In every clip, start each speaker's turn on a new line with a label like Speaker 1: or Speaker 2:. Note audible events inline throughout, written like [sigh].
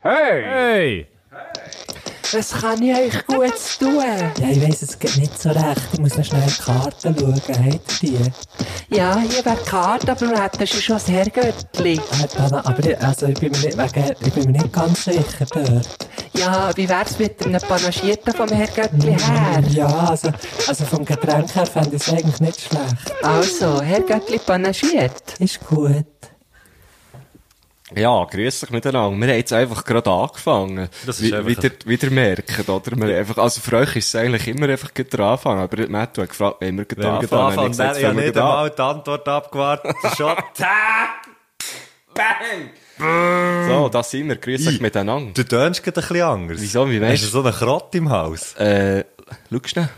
Speaker 1: Hey!
Speaker 2: Hey!
Speaker 3: Was kann ich euch Gutes tun?
Speaker 4: Ja, ich weiss, es geht nicht so recht. Ich muss noch schnell in die Karten schauen. Habt ihr die?
Speaker 3: Ja, hier wäre die Karte, aber wir hätten schon das Herrgöttli.
Speaker 4: Ah, Dana, aber ich, also ich, bin mir nicht, wegen, ich bin mir nicht ganz sicher dort.
Speaker 3: Ja, wie wär's mit einem Panagierten vom Herrgöttli her?
Speaker 4: Ja, also, also vom Getränk her fände ich es eigentlich nicht schlecht.
Speaker 3: Also, Herrgöttli panagiert.
Speaker 4: Ist gut.
Speaker 1: Ja, grüß dich miteinander. Wir haben jetzt einfach gerade angefangen.
Speaker 2: Das ist
Speaker 1: wie,
Speaker 2: einfach
Speaker 1: wieder, wieder merken, oder? Wir einfach, also für euch ist es eigentlich immer einfach gerade der Anfang. Aber Matt, du hast gefragt, wenn wir gerade
Speaker 2: Wenn wir gerade
Speaker 1: anfangen.
Speaker 2: anfangen,
Speaker 1: Dann
Speaker 2: dann
Speaker 1: habe
Speaker 2: ich habe
Speaker 1: ich
Speaker 2: nicht
Speaker 1: gesagt, fangen wir
Speaker 2: einmal die Antwort abgewartet. [laughs] Schon.
Speaker 1: gerade an. So, da sind wir. Grüß dich miteinander.
Speaker 2: Du tönst gerade ein bisschen anders.
Speaker 1: Wieso? Wie weisst
Speaker 2: Hast du so einen Krott im Haus?
Speaker 1: Äh, schaust du ihn?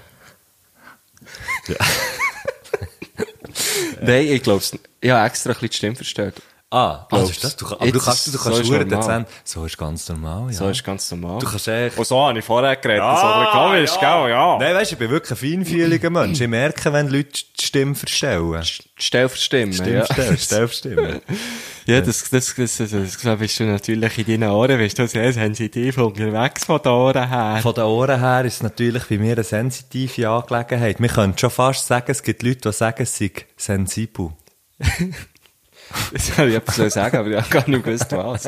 Speaker 1: [laughs] Nein, ich glaube es nicht. Ich habe extra ein bisschen die Stimme verstellt.
Speaker 2: Ah,
Speaker 1: Glaubst
Speaker 2: also ist das? Du, kann-
Speaker 1: du?
Speaker 2: aber du
Speaker 1: Jetzt
Speaker 2: kannst, du
Speaker 1: ist-
Speaker 2: kannst
Speaker 1: so ist
Speaker 2: so
Speaker 1: normal.
Speaker 2: dezent. So ist ganz normal, ja.
Speaker 1: So ist ganz normal.
Speaker 2: Du kannst echt...
Speaker 1: Und so habe ich vorher geredet.
Speaker 2: Ah,
Speaker 1: so ein bisschen komisch,
Speaker 2: ja.
Speaker 1: gell? Ja.
Speaker 2: Nein, weißt du, ich bin wirklich ein feinfühliger Mensch. Ich merke, wenn Leute die Stimme verstellen.
Speaker 1: Stell für Stimmen.
Speaker 2: Stimme
Speaker 1: ja.
Speaker 2: verstellen, Stimme verstellen.
Speaker 1: Ja, das, das, das, das, das, das bist du natürlich in deinen Ohren, bist du sehr sensitiv unterwegs von den Ohren her.
Speaker 2: [laughs] Von den Ohren her ist es natürlich bei mir eine sensitive Angelegenheit. Wir können schon fast sagen, es gibt Leute, die sagen, es sei sensibel.
Speaker 1: Das habe ich etwas sagen, aber ich habe gar nicht gewusst, was.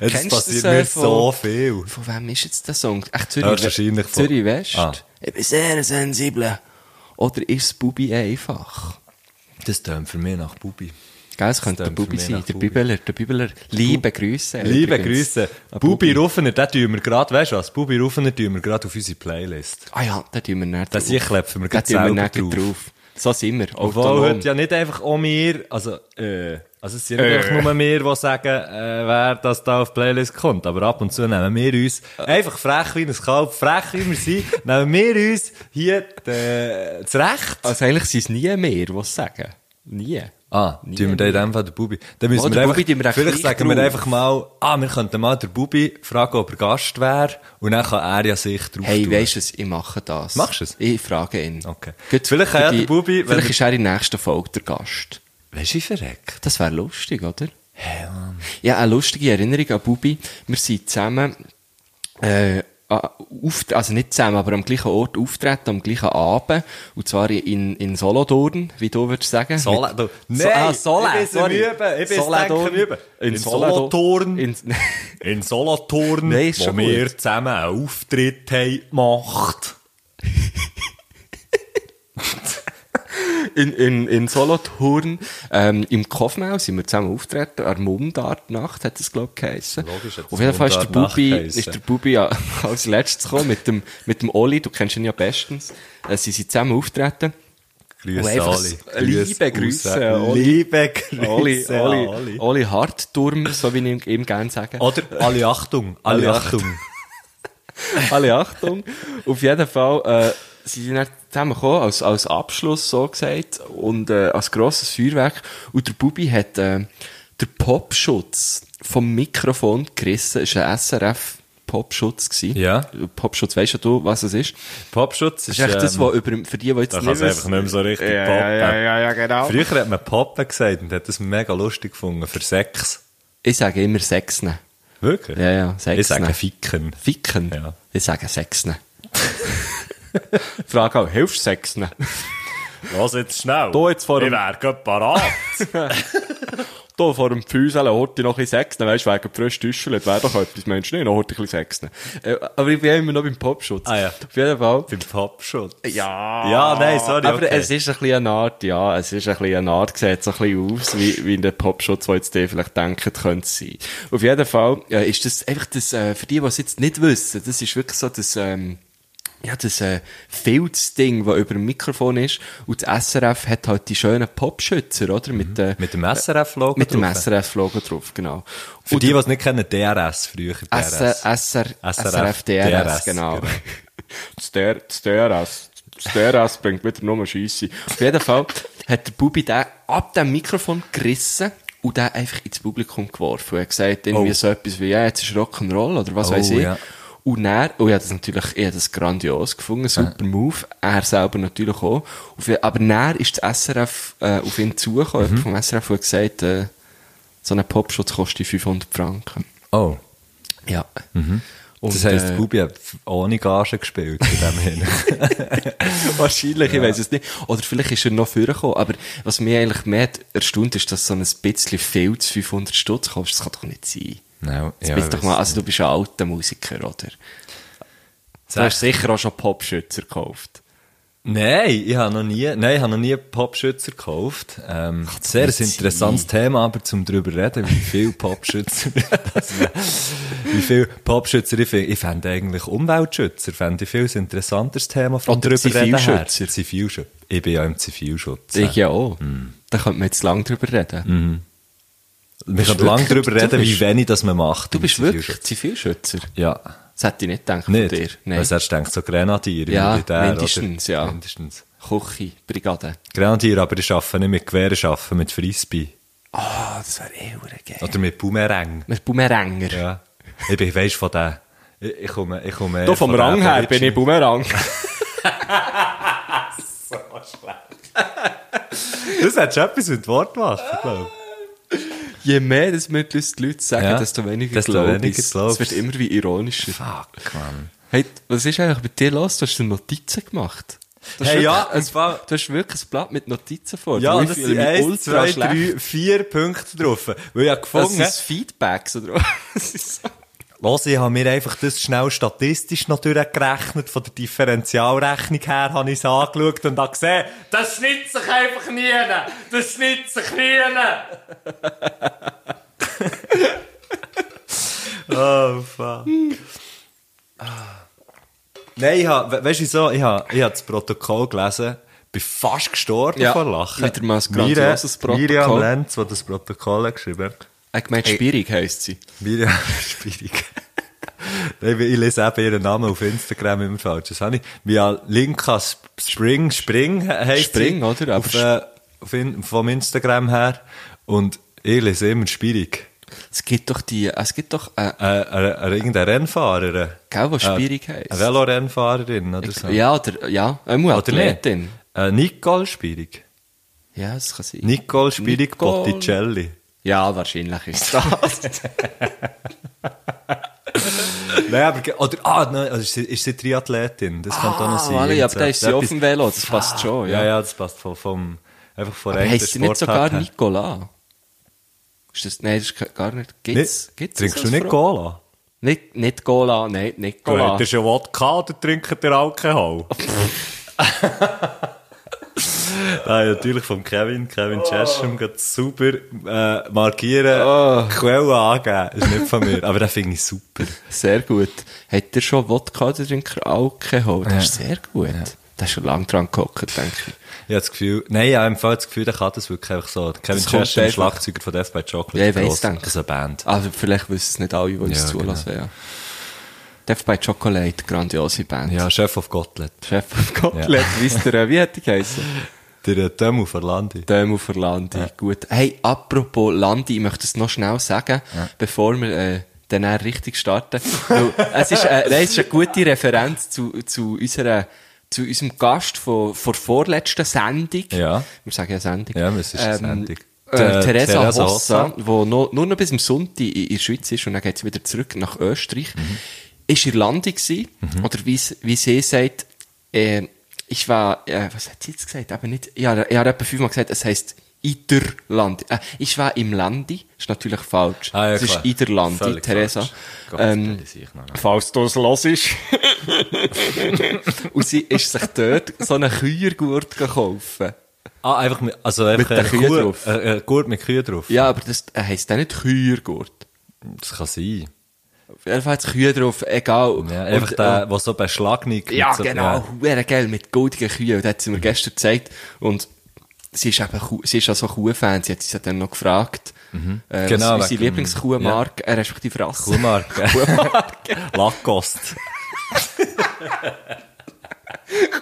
Speaker 2: Es
Speaker 1: Kennst du
Speaker 2: passiert
Speaker 1: das, äh,
Speaker 2: mir
Speaker 1: von-
Speaker 2: so viel.
Speaker 1: Von wem ist jetzt der Song? Echt
Speaker 2: Höchstwahrscheinlich
Speaker 1: Zürich,
Speaker 2: von-
Speaker 1: Zürich West?
Speaker 2: Ah.
Speaker 1: Ich bin sehr sensibel. Oder ist es Bubi einfach?
Speaker 2: Das tönt für mich nach Bubi.
Speaker 1: Gell, es könnte
Speaker 2: Das
Speaker 1: der
Speaker 2: klingt für
Speaker 1: Bubi
Speaker 2: mich
Speaker 1: sein,
Speaker 2: nach
Speaker 1: der
Speaker 2: Bubi.
Speaker 1: Bibeler, der Bibeler. Liebe Grüße.
Speaker 2: Liebe
Speaker 1: übrigens.
Speaker 2: Grüße.
Speaker 1: An
Speaker 2: Bubi Ruffner, den tun wir gerade, weißt du was? Bubi Ruffner tun wir gerade auf unsere Playlist.
Speaker 1: Ah ja, da tun wir nicht
Speaker 2: Das hier klepfen wir
Speaker 1: Da
Speaker 2: gerade
Speaker 1: tun
Speaker 2: selber
Speaker 1: wir nicht
Speaker 2: drauf.
Speaker 1: drauf. So sind wir.
Speaker 2: Obwohl
Speaker 1: Autonom.
Speaker 2: heute ja nicht einfach auch wir, also, äh, also es sind nicht
Speaker 1: Eh.
Speaker 2: einfach nur wir, die sagen, äh, wer das da auf die Playlist kommt, aber ab und zu nehmen wir uns, einfach frech wie ein Kalb, frech wie wir [laughs] sind, nehmen wir uns hier äh, zurecht.
Speaker 1: Also eigentlich sind es nie mehr, die es sagen. Nie.
Speaker 2: Ah,
Speaker 1: Nie.
Speaker 2: tun wir den in dem Fall den Bubi. Dann müssen
Speaker 1: Oh,
Speaker 2: wir
Speaker 1: den
Speaker 2: einfach,
Speaker 1: Bubi tun wir echt
Speaker 2: vielleicht
Speaker 1: nicht
Speaker 2: sagen wir
Speaker 1: drauf.
Speaker 2: einfach mal, ah, wir könnten mal den Bubi fragen, ob er Gast wäre, und dann kann er ja sich drauf
Speaker 1: Hey,
Speaker 2: tun.
Speaker 1: weisst du, was, ich mache das.
Speaker 2: Machst du es?
Speaker 1: Ich frage ihn.
Speaker 2: Okay.
Speaker 1: Gut,
Speaker 2: Vielleicht
Speaker 1: für
Speaker 2: kann ja
Speaker 1: die-
Speaker 2: der Bubi, wenn
Speaker 1: Vielleicht
Speaker 2: er-
Speaker 1: ist er in der nächsten Folge der Gast.
Speaker 2: Weisst du, wie verreckt?
Speaker 1: Das wäre lustig, oder?
Speaker 2: Hey, Mann.
Speaker 1: Ja, eine lustige Erinnerung an Bubi. Wir sind zusammen, äh, a- auf, also nicht zusammen, aber am gleichen Ort auftreten, am gleichen Abend. Und zwar in, in Solothurn, wie du würdest sagen.
Speaker 2: Sola,
Speaker 1: Mit-
Speaker 2: du,
Speaker 1: So- ah, Sola,
Speaker 2: ich bin
Speaker 1: sorry.
Speaker 2: müde, ich bin
Speaker 1: Solothurn.
Speaker 2: Solothurn. müde.
Speaker 1: In,
Speaker 2: Solothurn.
Speaker 1: Solothurn. [laughs] In,
Speaker 2: In Solothurn,
Speaker 1: Nein, ist
Speaker 2: wo
Speaker 1: schon
Speaker 2: wir
Speaker 1: gut.
Speaker 2: zusammen einen Auftritt haben gemacht.
Speaker 1: in, in, in Solothurn, ähm, im Kaufmau sind wir zusammen auftreten, an der Mundartnacht hat es, glaube ich, geheissen.
Speaker 2: Logisch hat es
Speaker 1: Auf jeden Fall ist der
Speaker 2: Mundartnacht
Speaker 1: Bubi,
Speaker 2: geheissen.
Speaker 1: ist der Bubi ja [laughs] als letztes gekommen mit dem, mit dem Oli, du kennst ihn ja bestens. Äh, sie sind zusammen auftreten. Und
Speaker 2: Grüße
Speaker 1: Oh, einfach
Speaker 2: alle.
Speaker 1: s- liebe Grüße,
Speaker 2: raus.
Speaker 1: äh, Oli.
Speaker 2: Liebe Grüße,
Speaker 1: Oli, Oli,
Speaker 2: alle.
Speaker 1: Oli Hartturm, so wie ich ihm gerne sage.
Speaker 2: Oder alle Achtung, alle
Speaker 1: Alle
Speaker 2: Achtung.
Speaker 1: Alle Achtung. Auf jeden Fall, äh, sie sind dann zusammengekommen, als, als Abschluss, so gesagt, und, äh, als grosses Feuerwerk. Und der Bubi hat, äh, den Popschutz vom Mikrofon gerissen, ist ein SRF Popschutz gewesen.
Speaker 2: Ja.
Speaker 1: Popschutz, weißt ja du, was es ist?
Speaker 2: Popschutz
Speaker 1: Das
Speaker 2: ist,
Speaker 1: ist echt das,
Speaker 2: ähm,
Speaker 1: was über, für die, die jetzt
Speaker 2: da kann es einfach nicht mehr so richtig
Speaker 1: Ja,
Speaker 2: poppen.
Speaker 1: ja, ja, ja, genau.
Speaker 2: Früher hat man Poppen gesagt und hat das mega lustig gefunden für Sex.
Speaker 1: Ich sage immer Sexen.
Speaker 2: Wirklich?
Speaker 1: Ja, ja, Sex ne.
Speaker 2: Ich sage
Speaker 1: nehmen.
Speaker 2: Ficken.
Speaker 1: Ficken?
Speaker 2: Ja.
Speaker 1: Ich sage Sexen. [laughs] Frage auch, hilfst du Sexen?
Speaker 2: Was jetzt schnell?
Speaker 1: Du jetzt vor
Speaker 2: ich
Speaker 1: dem-
Speaker 2: wäre gerade parat.
Speaker 1: Da vor dem Füßeln horte ich noch ein bisschen Sexen, weisst du, wegen frisch Tischeln, wäre doch etwas, Mensch, nicht, noch horte ich ein bisschen Sexen. Äh, aber ich bin ja immer noch beim Popschutz.
Speaker 2: Ah, ja.
Speaker 1: Auf jeden Fall.
Speaker 2: [laughs] Beim Popschutz.
Speaker 1: Ja.
Speaker 2: Ja, nein, sorry,
Speaker 1: Aber
Speaker 2: okay.
Speaker 1: es ist ein bisschen eine Art, ja, es ist ein bisschen eine Art, sieht so ein bisschen aus, wie, wie in der Popschutz, wo jetzt die vielleicht denken, könnte es sein. Auf jeden Fall, ja, ist das einfach das, äh, für die, die es jetzt nicht wissen, das ist wirklich so das, ähm, ja, das äh, Filzding, das über dem Mikrofon ist. Und das SRF hat halt die schönen Popschützer, oder? Mit, äh,
Speaker 2: Mhm. Mit dem SRF-Logo
Speaker 1: Mit dem
Speaker 2: drauf.
Speaker 1: SRF-Logo drauf, genau.
Speaker 2: Für die, die es nicht kennen, DRS früher. DRS.
Speaker 1: SR, SRF,
Speaker 2: SRF,
Speaker 1: DRS,
Speaker 2: DRS,
Speaker 1: genau. [laughs]
Speaker 2: genau.
Speaker 1: Das D- Das DRS. Das DRS bringt wieder nur Scheisse. Auf jeden Fall hat der Bubi den ab dem Mikrofon gerissen und den einfach ins Publikum geworfen. Er hat gesagt, irgendwie
Speaker 2: Oh.
Speaker 1: so etwas wie, ja, jetzt ist Rock'n'Roll oder was
Speaker 2: Oh,
Speaker 1: weiß ich.
Speaker 2: ja.
Speaker 1: Und er, oh ja, das natürlich, ich habe das grandios gefunden, super Move. Er selber natürlich auch. Auf, aber näher ist das SRF äh, auf ihn zugekommen.
Speaker 2: Mhm.
Speaker 1: Jemand vom SRF hat gesagt, äh, so ein Popschutz kostet 500 Franken.
Speaker 2: Oh.
Speaker 1: Ja. Und,
Speaker 2: Das heisst,
Speaker 1: äh,
Speaker 2: Bubi hat ohne Gage gespielt in dem Hin.
Speaker 1: [laughs] Wahrscheinlich, ich weiß es nicht. Oder vielleicht ist er noch vorgekommen. Aber was mich eigentlich mehr erstaunt, ist, dass so ein bisschen viel zu 500 Stutz kostet. Das kann doch nicht sein.
Speaker 2: Nein,
Speaker 1: Jetzt
Speaker 2: ja,
Speaker 1: bist doch
Speaker 2: weiss
Speaker 1: mal, also du bist ein alter Musiker, oder? Du hast sicher auch schon Popschützer gekauft.
Speaker 2: Nein, ich habe noch nie, nein, ich habe noch nie Popschützer gekauft. Ähm, sehr ein interessantes Thema, aber zum drüber reden, wie viel
Speaker 1: [laughs]
Speaker 2: Popschützer, das wär- wie viel Popschützer ich finde. Ich fände eigentlich Umweltschützer, fände ich viel ein interessanteres Thema von
Speaker 1: Oder
Speaker 2: drüber reden her.
Speaker 1: Zivilschützer.
Speaker 2: Zivilschutz. Ich bin ja im Zivilschutz.
Speaker 1: Ich ja auch.
Speaker 2: Mhm.
Speaker 1: Da könnte man jetzt lange drüber reden.
Speaker 2: Wir können
Speaker 1: bist
Speaker 2: lange
Speaker 1: wirklich-
Speaker 2: drüber
Speaker 1: du
Speaker 2: reden, wie
Speaker 1: bist-
Speaker 2: wenig das man macht.
Speaker 1: Du
Speaker 2: im
Speaker 1: bist wirklich
Speaker 2: Zivilschutz.
Speaker 1: Zivilschützer.
Speaker 2: Ja.
Speaker 1: Das hätte ich nicht gedacht
Speaker 2: Nicht?
Speaker 1: von dir.
Speaker 2: Weil sonst denkt so Grenadier,
Speaker 1: Ja,
Speaker 2: Militär, oder?
Speaker 1: mindestens, ja.
Speaker 2: Mindestens.
Speaker 1: Küche, Brigade.
Speaker 2: Grenadier, aber ich arbeite nicht mit Gewehr, ich arbeite mit Frisbee.
Speaker 1: Ah, das wäre eh verdammt geil.
Speaker 2: Oder mit Boomerang.
Speaker 1: Mit Bumeranger.
Speaker 2: Ja. Ich bin, weisst von der, ich ich komme, ich komme.
Speaker 1: Du, vom Rang her bin ich Bumerang.
Speaker 2: Das hättest du etwas mit Wort machen, glaub ich.
Speaker 1: Je mehr das mir die Leute sagen,
Speaker 2: Ja,
Speaker 1: desto weniger
Speaker 2: desto
Speaker 1: glaube
Speaker 2: weniger
Speaker 1: ich es.
Speaker 2: glaubst
Speaker 1: Es wird
Speaker 2: du.
Speaker 1: immer wie ironischer.
Speaker 2: Fuck, man.
Speaker 1: Hey, was ist eigentlich mit dir los? Du hast dir Notizen gemacht. Du hast
Speaker 2: Hey, ja,
Speaker 1: wirklich ein-
Speaker 2: im Fall-
Speaker 1: du hast wirklich ein Blatt mit Notizen vor.
Speaker 2: Ja,
Speaker 1: Du,
Speaker 2: und
Speaker 1: ich
Speaker 2: das
Speaker 1: fühle
Speaker 2: sind
Speaker 1: mich
Speaker 2: 1,
Speaker 1: ultra
Speaker 2: 2,
Speaker 1: schlecht.
Speaker 2: 3, 4 Punkte drauf. Weil ich habe
Speaker 1: Das
Speaker 2: gefunden,
Speaker 1: sind Feedbacks, oder was? [laughs]
Speaker 2: Los, ich habe mir einfach das schnell statistisch noch durchgerechnet. Von der Differentialrechnung her habe ich es angeschaut und habe gesehen, das schnitzt sich einfach nie. Das schnitzt sich nie. [laughs] oh, fuck. Nein, ich habe, we weißt du wieso? Ich habe, ich habe das Protokoll gelesen, bin fast gestorben
Speaker 1: Ja,
Speaker 2: vor Lachen.
Speaker 1: wieder mal ein
Speaker 2: Mira-
Speaker 1: grandioses Protokoll.
Speaker 2: Miriam Lenz, die das Protokoll hat geschrieben hat.
Speaker 1: Ich meine, Spierig Äh, heisst sie.
Speaker 2: Miriam [laughs] Spierig. Nein, ich lese eben ihren Namen auf Instagram immer falsch. Das habe ich. Mia Linka Sp- Spring, Spring he- heisst
Speaker 1: Spring,
Speaker 2: sie.
Speaker 1: oder? Aber
Speaker 2: Auf, äh, auf in, vom Instagram her. Und ich lese immer Spierig.
Speaker 1: Es gibt doch die, es gibt doch, äh,
Speaker 2: Äh, äh, äh, irgendein Rennfahrer.
Speaker 1: Gell, was
Speaker 2: Äh,
Speaker 1: Spierig
Speaker 2: Eine
Speaker 1: heisst?
Speaker 2: Velorennfahrerin oder so.
Speaker 1: ja, oder, ja, eine
Speaker 2: Oder nicht?
Speaker 1: Athletin.
Speaker 2: Äh, Nicole Spierig.
Speaker 1: Ja, das kann sein.
Speaker 2: Nicole Spierig
Speaker 1: Nicole.
Speaker 2: Botticelli.
Speaker 1: Ja, wahrscheinlich ist das. [laughs]
Speaker 2: Nein, aber, ge- oder, ah, nein, also ist sie, ist sie Triathletin? Das kann doch noch sein.
Speaker 1: Wally, aber da ist sie auf
Speaker 2: Irgendetwas-
Speaker 1: dem Velo, das passt schon,
Speaker 2: Ja,
Speaker 1: ja.
Speaker 2: ja, das passt vom, vom einfach von
Speaker 1: Aber heisst sie nicht sogar
Speaker 2: Nicola?
Speaker 1: Nicola? Ist das, nein, das ist ke- gar nicht, gibt's, gibt's
Speaker 2: Trinkst
Speaker 1: das
Speaker 2: du
Speaker 1: als
Speaker 2: nicht
Speaker 1: Frau?
Speaker 2: Cola?
Speaker 1: Nicht, nicht Cola, nein, nicht Cola.
Speaker 2: ja Wodka, dann trinkt ihr [laughs] Alkohol. Nein, natürlich vom Kevin, Kevin Chesham, geht super äh, markieren, Quelle angeben. Ist nicht von mir, aber den finde ich super.
Speaker 1: Sehr gut. Hat er schon Wodka oder Trinker Alkohol? Das ist sehr gut. Da ist schon lange dran gehockt, denke ich.
Speaker 2: Ich habe das Gefühl, nein, ich habe im Fall das Gefühl, der kann das wirklich einfach so. Der Kevin
Speaker 1: Das kommt
Speaker 2: Chesham,
Speaker 1: einfach.
Speaker 2: Schlagzeuger von Death by Chocolate,
Speaker 1: Ja, ich weiss,
Speaker 2: gross.
Speaker 1: danke.
Speaker 2: Das ist eine Band.
Speaker 1: Also vielleicht wissen es nicht alle, die uns
Speaker 2: Ja, genau.
Speaker 1: zulassen. Ja. Death by Chocolate, grandiose Band.
Speaker 2: Ja, Chef of Gottlet.
Speaker 1: Chef von Gottlieb, wisst ihr, äh, wie hätte ich geheißen?
Speaker 2: Der äh, Dömu von Landi.
Speaker 1: Dömo für Landi, gut. Hey, apropos Landi, ich möchte es noch schnell sagen, bevor wir äh, dann auch richtig starten. Weil es, ist, äh, nein, es ist eine gute Referenz zu, zu, unserer, zu unserem Gast von, von der vorletzten Sendung.
Speaker 2: Ja.
Speaker 1: Wir sagen ja Sendung.
Speaker 2: Ja, es ist eine Sendung.
Speaker 1: Äh,
Speaker 2: Äh,
Speaker 1: Teresa,
Speaker 2: Teresa
Speaker 1: Hossa,
Speaker 2: Hossa.
Speaker 1: die noch, nur noch bis am Sonntag in, in der Schweiz ist und dann geht sie wieder zurück nach Österreich, ist in Landi gewesen,
Speaker 2: Mhm.
Speaker 1: oder wie, s- wie sie sagt, äh, ich war, äh, was hat sie jetzt gesagt? Aber nicht, ja, er hat etwa fünfmal gesagt, es heisst Iderland. Äh, ich war im Landi, ist natürlich falsch.
Speaker 2: Ah, ja,
Speaker 1: es ist
Speaker 2: klar.
Speaker 1: Iderlandi,
Speaker 2: Völlig
Speaker 1: Teresa.
Speaker 2: falsch. Gott,
Speaker 1: Ähm,
Speaker 2: das weiß ich noch nicht.
Speaker 1: Falls du es hörst. und sie ist sich dort so einen Kühergurt gekauft.
Speaker 2: Ah, einfach mit, also einfach
Speaker 1: den
Speaker 2: eine
Speaker 1: Kühen
Speaker 2: Kuh-
Speaker 1: drauf.
Speaker 2: Äh, äh, Gurt mit Kühe drauf.
Speaker 1: Ja, aber das äh, heisst auch nicht Kühergurt.
Speaker 2: Das kann sein.
Speaker 1: Auf jeden Fall hat es Kühe drauf, egal.
Speaker 2: Ja, einfach
Speaker 1: Und- äh,
Speaker 2: der, der so beschlagnigt.
Speaker 1: Ja,
Speaker 2: mit so,
Speaker 1: genau. Hure geil, mit goldigen Kühen. Und Das hat sie
Speaker 2: Mhm.
Speaker 1: mir gestern gezeigt. Und sie ist eben, Kuh- sie ist also Kuhfan. Sie hat uns dann noch gefragt, äh,
Speaker 2: Mhm. Genau,
Speaker 1: was unsere
Speaker 2: wegen-
Speaker 1: Lieblingskuhmarke, äh, respektive Rasse. [laughs]
Speaker 2: Kuhmarke.
Speaker 1: Kuhmarke.
Speaker 2: [laughs] Lacoste.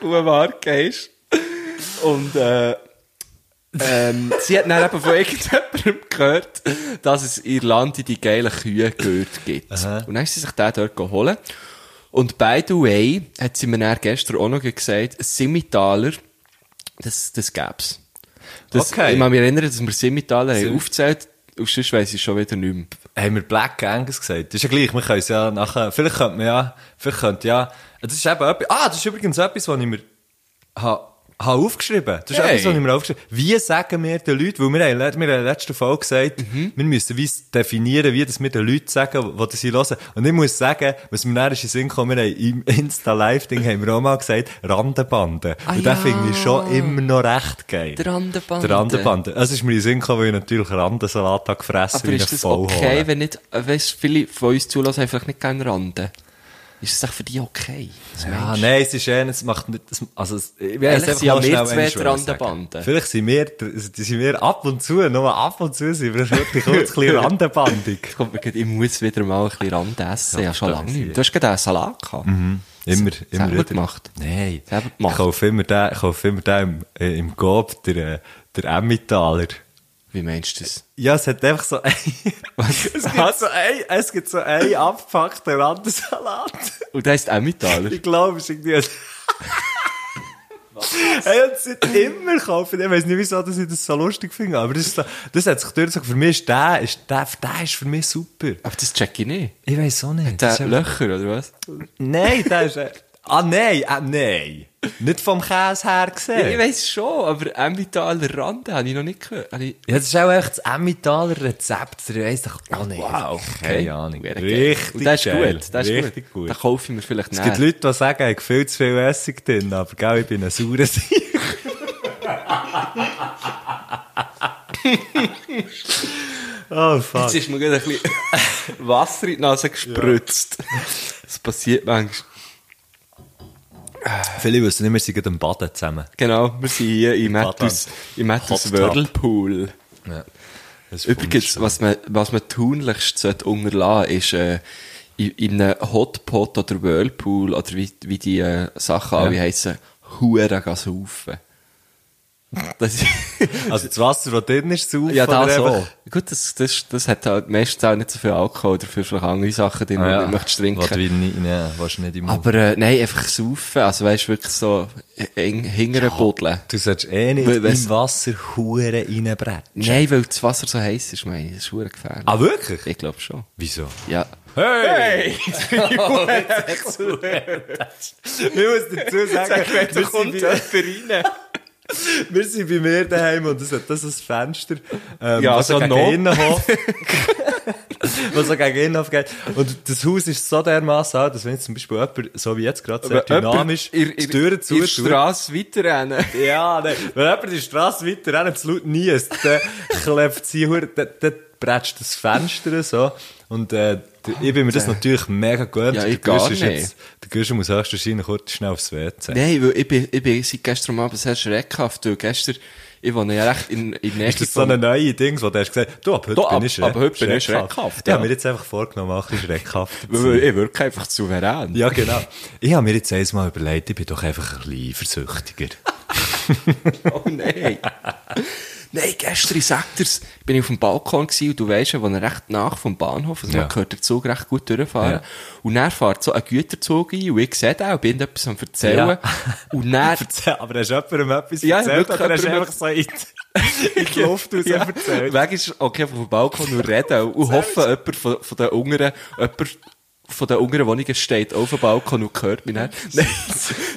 Speaker 1: Kuhmarke ist. Und, äh, ähm, sie hat dann eben von [laughs] irgendjemandem gehört, dass es in Irland die geilen Kühe gehört gibt. Und dann ist sie sich den dort geholt. Und by the way, hat sie mir dann gestern auch noch gesagt, Simmitaler, das, das gäb's. Das,
Speaker 2: Okay.
Speaker 1: Dus Ich kann mich erinnern, dass wir Simmitaler haben aufgezählt Und sonst weiss ich schon wieder nicht mehr.
Speaker 2: haben wir Black Angus gesagt. Das ist ja gleich, wir können es ja nachher, vielleicht könnte man ja, vielleicht könnte ja, das ist eben etwas, ah, das ist übrigens etwas, was ich mir ha, ha aufgeschrieben. Das ist
Speaker 1: Hey.
Speaker 2: etwas, was ich mir aufgeschrieben Wie sagen wir den Leuten, weil wir haben, le- wir haben in der letzten Folge gesagt,
Speaker 1: Mhm.
Speaker 2: wir müssen wie definieren, wie das wir den Leuten sagen, die das hier hören. Und ich muss sagen, was mir näher ist in den Sinn gekommen, wir haben im [laughs] Insta-Live-Ding haben wir auch mal gesagt, Randenbande. Und
Speaker 1: Ah, ja.
Speaker 2: das finde ich schon immer noch recht geil.
Speaker 1: Die Randenbande.
Speaker 2: Die Randenbande. Es ist mir in den Sinn gekommen, weil ich natürlich Randensalat habe gefressen
Speaker 1: Aber
Speaker 2: wie
Speaker 1: ist
Speaker 2: ein
Speaker 1: das
Speaker 2: Vollhorn.
Speaker 1: okay, wenn nicht, äh, weißt, viele von uns zulassen, haben vielleicht nicht gerne Randen. Ist das auch für dich okay? Was
Speaker 2: Ja,
Speaker 1: meinst du?
Speaker 2: nein, es ist eher, es macht nicht, es, also, es, ich will
Speaker 1: Vielleicht
Speaker 2: es einfach
Speaker 1: sind ja
Speaker 2: mal
Speaker 1: wir
Speaker 2: schnell
Speaker 1: zwei
Speaker 2: eins
Speaker 1: dran der
Speaker 2: sagen.
Speaker 1: Bande.
Speaker 2: Vielleicht sind wir, sind wir ab und zu, nur ab und zu sind wir wirklich [laughs] kurz ein bisschen randenbandig.
Speaker 1: Jetzt kommt mir grad, ich muss wieder mal ein bisschen Rand essen. Ja, schon
Speaker 2: das
Speaker 1: lange
Speaker 2: ist Mhm.
Speaker 1: nicht mehr. Du hast gerade einen Salat gehabt.
Speaker 2: Immer, immer
Speaker 1: Selber
Speaker 2: wieder.
Speaker 1: gemacht.
Speaker 2: Nein.
Speaker 1: Selber
Speaker 2: Ich
Speaker 1: gemacht.
Speaker 2: kaufe immer den, ich kaufe immer den im, äh, im Gob, der, äh, der Emmitaler.
Speaker 1: Wie meinst du das?
Speaker 2: Ja, es hat einfach so ein, [laughs] es gibt so ein, es gibt so ein abgepackten Randensalat.
Speaker 1: Und der ist Emmentaler.
Speaker 2: [laughs] Ich glaube, es ist irgendwie. Hey, und seit immer kaufen. Ich weiß nicht, wieso dass ich das so lustig finde, aber das, ist so- das hat sich durchgezogen. Für mich ist der, ist der, der ist für mich super.
Speaker 1: Aber das check ich nicht.
Speaker 2: Ich weiß auch nicht. Das ist
Speaker 1: Der
Speaker 2: eben-
Speaker 1: Löcher, oder was?
Speaker 2: Nein, der ist. äh, Ah, nein, ah, nein. Nicht vom Käse her
Speaker 1: Ja,
Speaker 2: gesehen.
Speaker 1: ich weiss schon, aber Emmentaler Rande habe ich noch nicht gehört. Habe ich-
Speaker 2: Ja, das ist auch echt das Emmentaler Rezept. Ich weiss doch auch nicht. Keine oh, Ahnung.
Speaker 1: Wäre geil.
Speaker 2: Richtig
Speaker 1: Und das ist
Speaker 2: geil.
Speaker 1: gut. Das ist
Speaker 2: Richtig
Speaker 1: gut. Den kaufe ich mir vielleicht
Speaker 2: Es gibt
Speaker 1: nicht.
Speaker 2: Leute, die sagen, ich habe viel zu viel Essig drin, aber gell, ich bin ein saurer Sieg. [laughs] oh, fuck.
Speaker 1: Jetzt ist mir gerade
Speaker 2: [laughs]
Speaker 1: ein bisschen Wasser in die Nase gespritzt. Das passiert manchmal.
Speaker 2: Viele wissen nicht, wir sind gerade am Baden zusammen.
Speaker 1: Genau, wir sind hier im
Speaker 2: Badland.
Speaker 1: Matthews, im Matthews
Speaker 2: Hot Tub.
Speaker 1: Whirlpool.
Speaker 2: Ja. Das ist
Speaker 1: Übrigens, was man, was man tunlichst sollte unterlassen, ist, äh, in, in einem Hotpot oder Whirlpool oder wie, wie die äh, Sachen alle heissen, Huren gehen saufen. Das
Speaker 2: [laughs]
Speaker 1: ist,
Speaker 2: Also das Wasser, das drin ist, saufen
Speaker 1: ja,
Speaker 2: oder
Speaker 1: das auch.
Speaker 2: einfach-
Speaker 1: Gut, das, das, das hat halt meistens auch nicht so viel Alkohol oder vielleicht andere Sachen drin, die
Speaker 2: Ah,
Speaker 1: du möchtest
Speaker 2: Was du
Speaker 1: trinken.
Speaker 2: nicht, nein, was du nicht im
Speaker 1: Aber, äh, nein, einfach saufen. Also, weißt wirklich so, eng, hingere buddeln.
Speaker 2: Du solltest eh nicht
Speaker 1: Weil-
Speaker 2: im Wasser Huren reinbrechen.
Speaker 1: Nein, weil das Wasser so heiß ist, meine ich. Das ist verdammt gefährlich.
Speaker 2: Ah, wirklich?
Speaker 1: Ich glaube schon.
Speaker 2: Wieso?
Speaker 1: Ja.
Speaker 2: Hey! [laughs] Oh, Ich muss dazu sagen, wir sind bei-
Speaker 1: rein.
Speaker 2: Wir sind bei mir daheim und das hat das ein Fenster, ähm,
Speaker 1: Ja,
Speaker 2: was so
Speaker 1: also
Speaker 2: gegen
Speaker 1: noch.
Speaker 2: [laughs] Innenhof, was so gegen Innenhof geht. Und das Haus ist so dermassen alt, dass wenn jetzt zum Beispiel jemand, so wie jetzt gerade, sehr dynamisch die Türen
Speaker 1: die
Speaker 2: zutut.
Speaker 1: Straße weiterrennen.
Speaker 2: [laughs] Ja, nein. Wenn jemand die Straße weiter rennen, zu laut niest, dann klebt sie, hure- dann, dann bretscht das Fenster so. Und, äh, ich bin mir das natürlich mega gewöhnt.
Speaker 1: Ja,
Speaker 2: Der
Speaker 1: ich gar
Speaker 2: Gusch ist
Speaker 1: nicht.
Speaker 2: jetzt- Der Gusch muss höchstwahrscheinlich kurz schnell aufs WC.
Speaker 1: Nein, weil ich bin, ich bin seit gestern Abend sehr schreckhaft, weil gestern, ich wohne ja recht in, in Nähe
Speaker 2: Ist das so eine neue Ding, wo du hast gesagt, du, ab heute
Speaker 1: Du,
Speaker 2: bin
Speaker 1: ab-
Speaker 2: ich
Speaker 1: ab heute bin ich schreckhaft,
Speaker 2: Ja. Ich
Speaker 1: ja.
Speaker 2: habe mir jetzt einfach vorgenommen, auch ein bisschen schreckhaft zu
Speaker 1: Weil
Speaker 2: sein.
Speaker 1: ich wirke einfach souverän.
Speaker 2: Ja, genau. Ich habe mir jetzt eins mal überlegt, ich bin doch einfach ein bisschen
Speaker 1: [laughs]
Speaker 2: versüchtiger.
Speaker 1: [laughs] Oh nein. nein, gestern, ich sag dir's, bin ich auf dem Balkon gewesen und du weisst ja, wo er recht nach vom Bahnhof, Dus also
Speaker 2: Ja.
Speaker 1: man hört den Zug recht gut durchfahren.
Speaker 2: Ja.
Speaker 1: Und dann fährt so ein Güterzug ein und ich sehe den und bin etwas am erzählen.
Speaker 2: Ja. [laughs]
Speaker 1: Und dann,
Speaker 2: Aber hast du jemandem etwas
Speaker 1: Ja,
Speaker 2: erzählt
Speaker 1: wirklich
Speaker 2: oder hast du
Speaker 1: jemandem-
Speaker 2: einfach so in
Speaker 1: [laughs]
Speaker 2: die, in die Luft raus
Speaker 1: ja,
Speaker 2: erzählt?
Speaker 1: Weg ist, okay, auf dem Balkon nur reden und hoffen, jemand von, von den unteren, jemand von den unteren Wohnungen steht auf dem Balkon und hört
Speaker 2: [laughs]
Speaker 1: mich dann. Nein,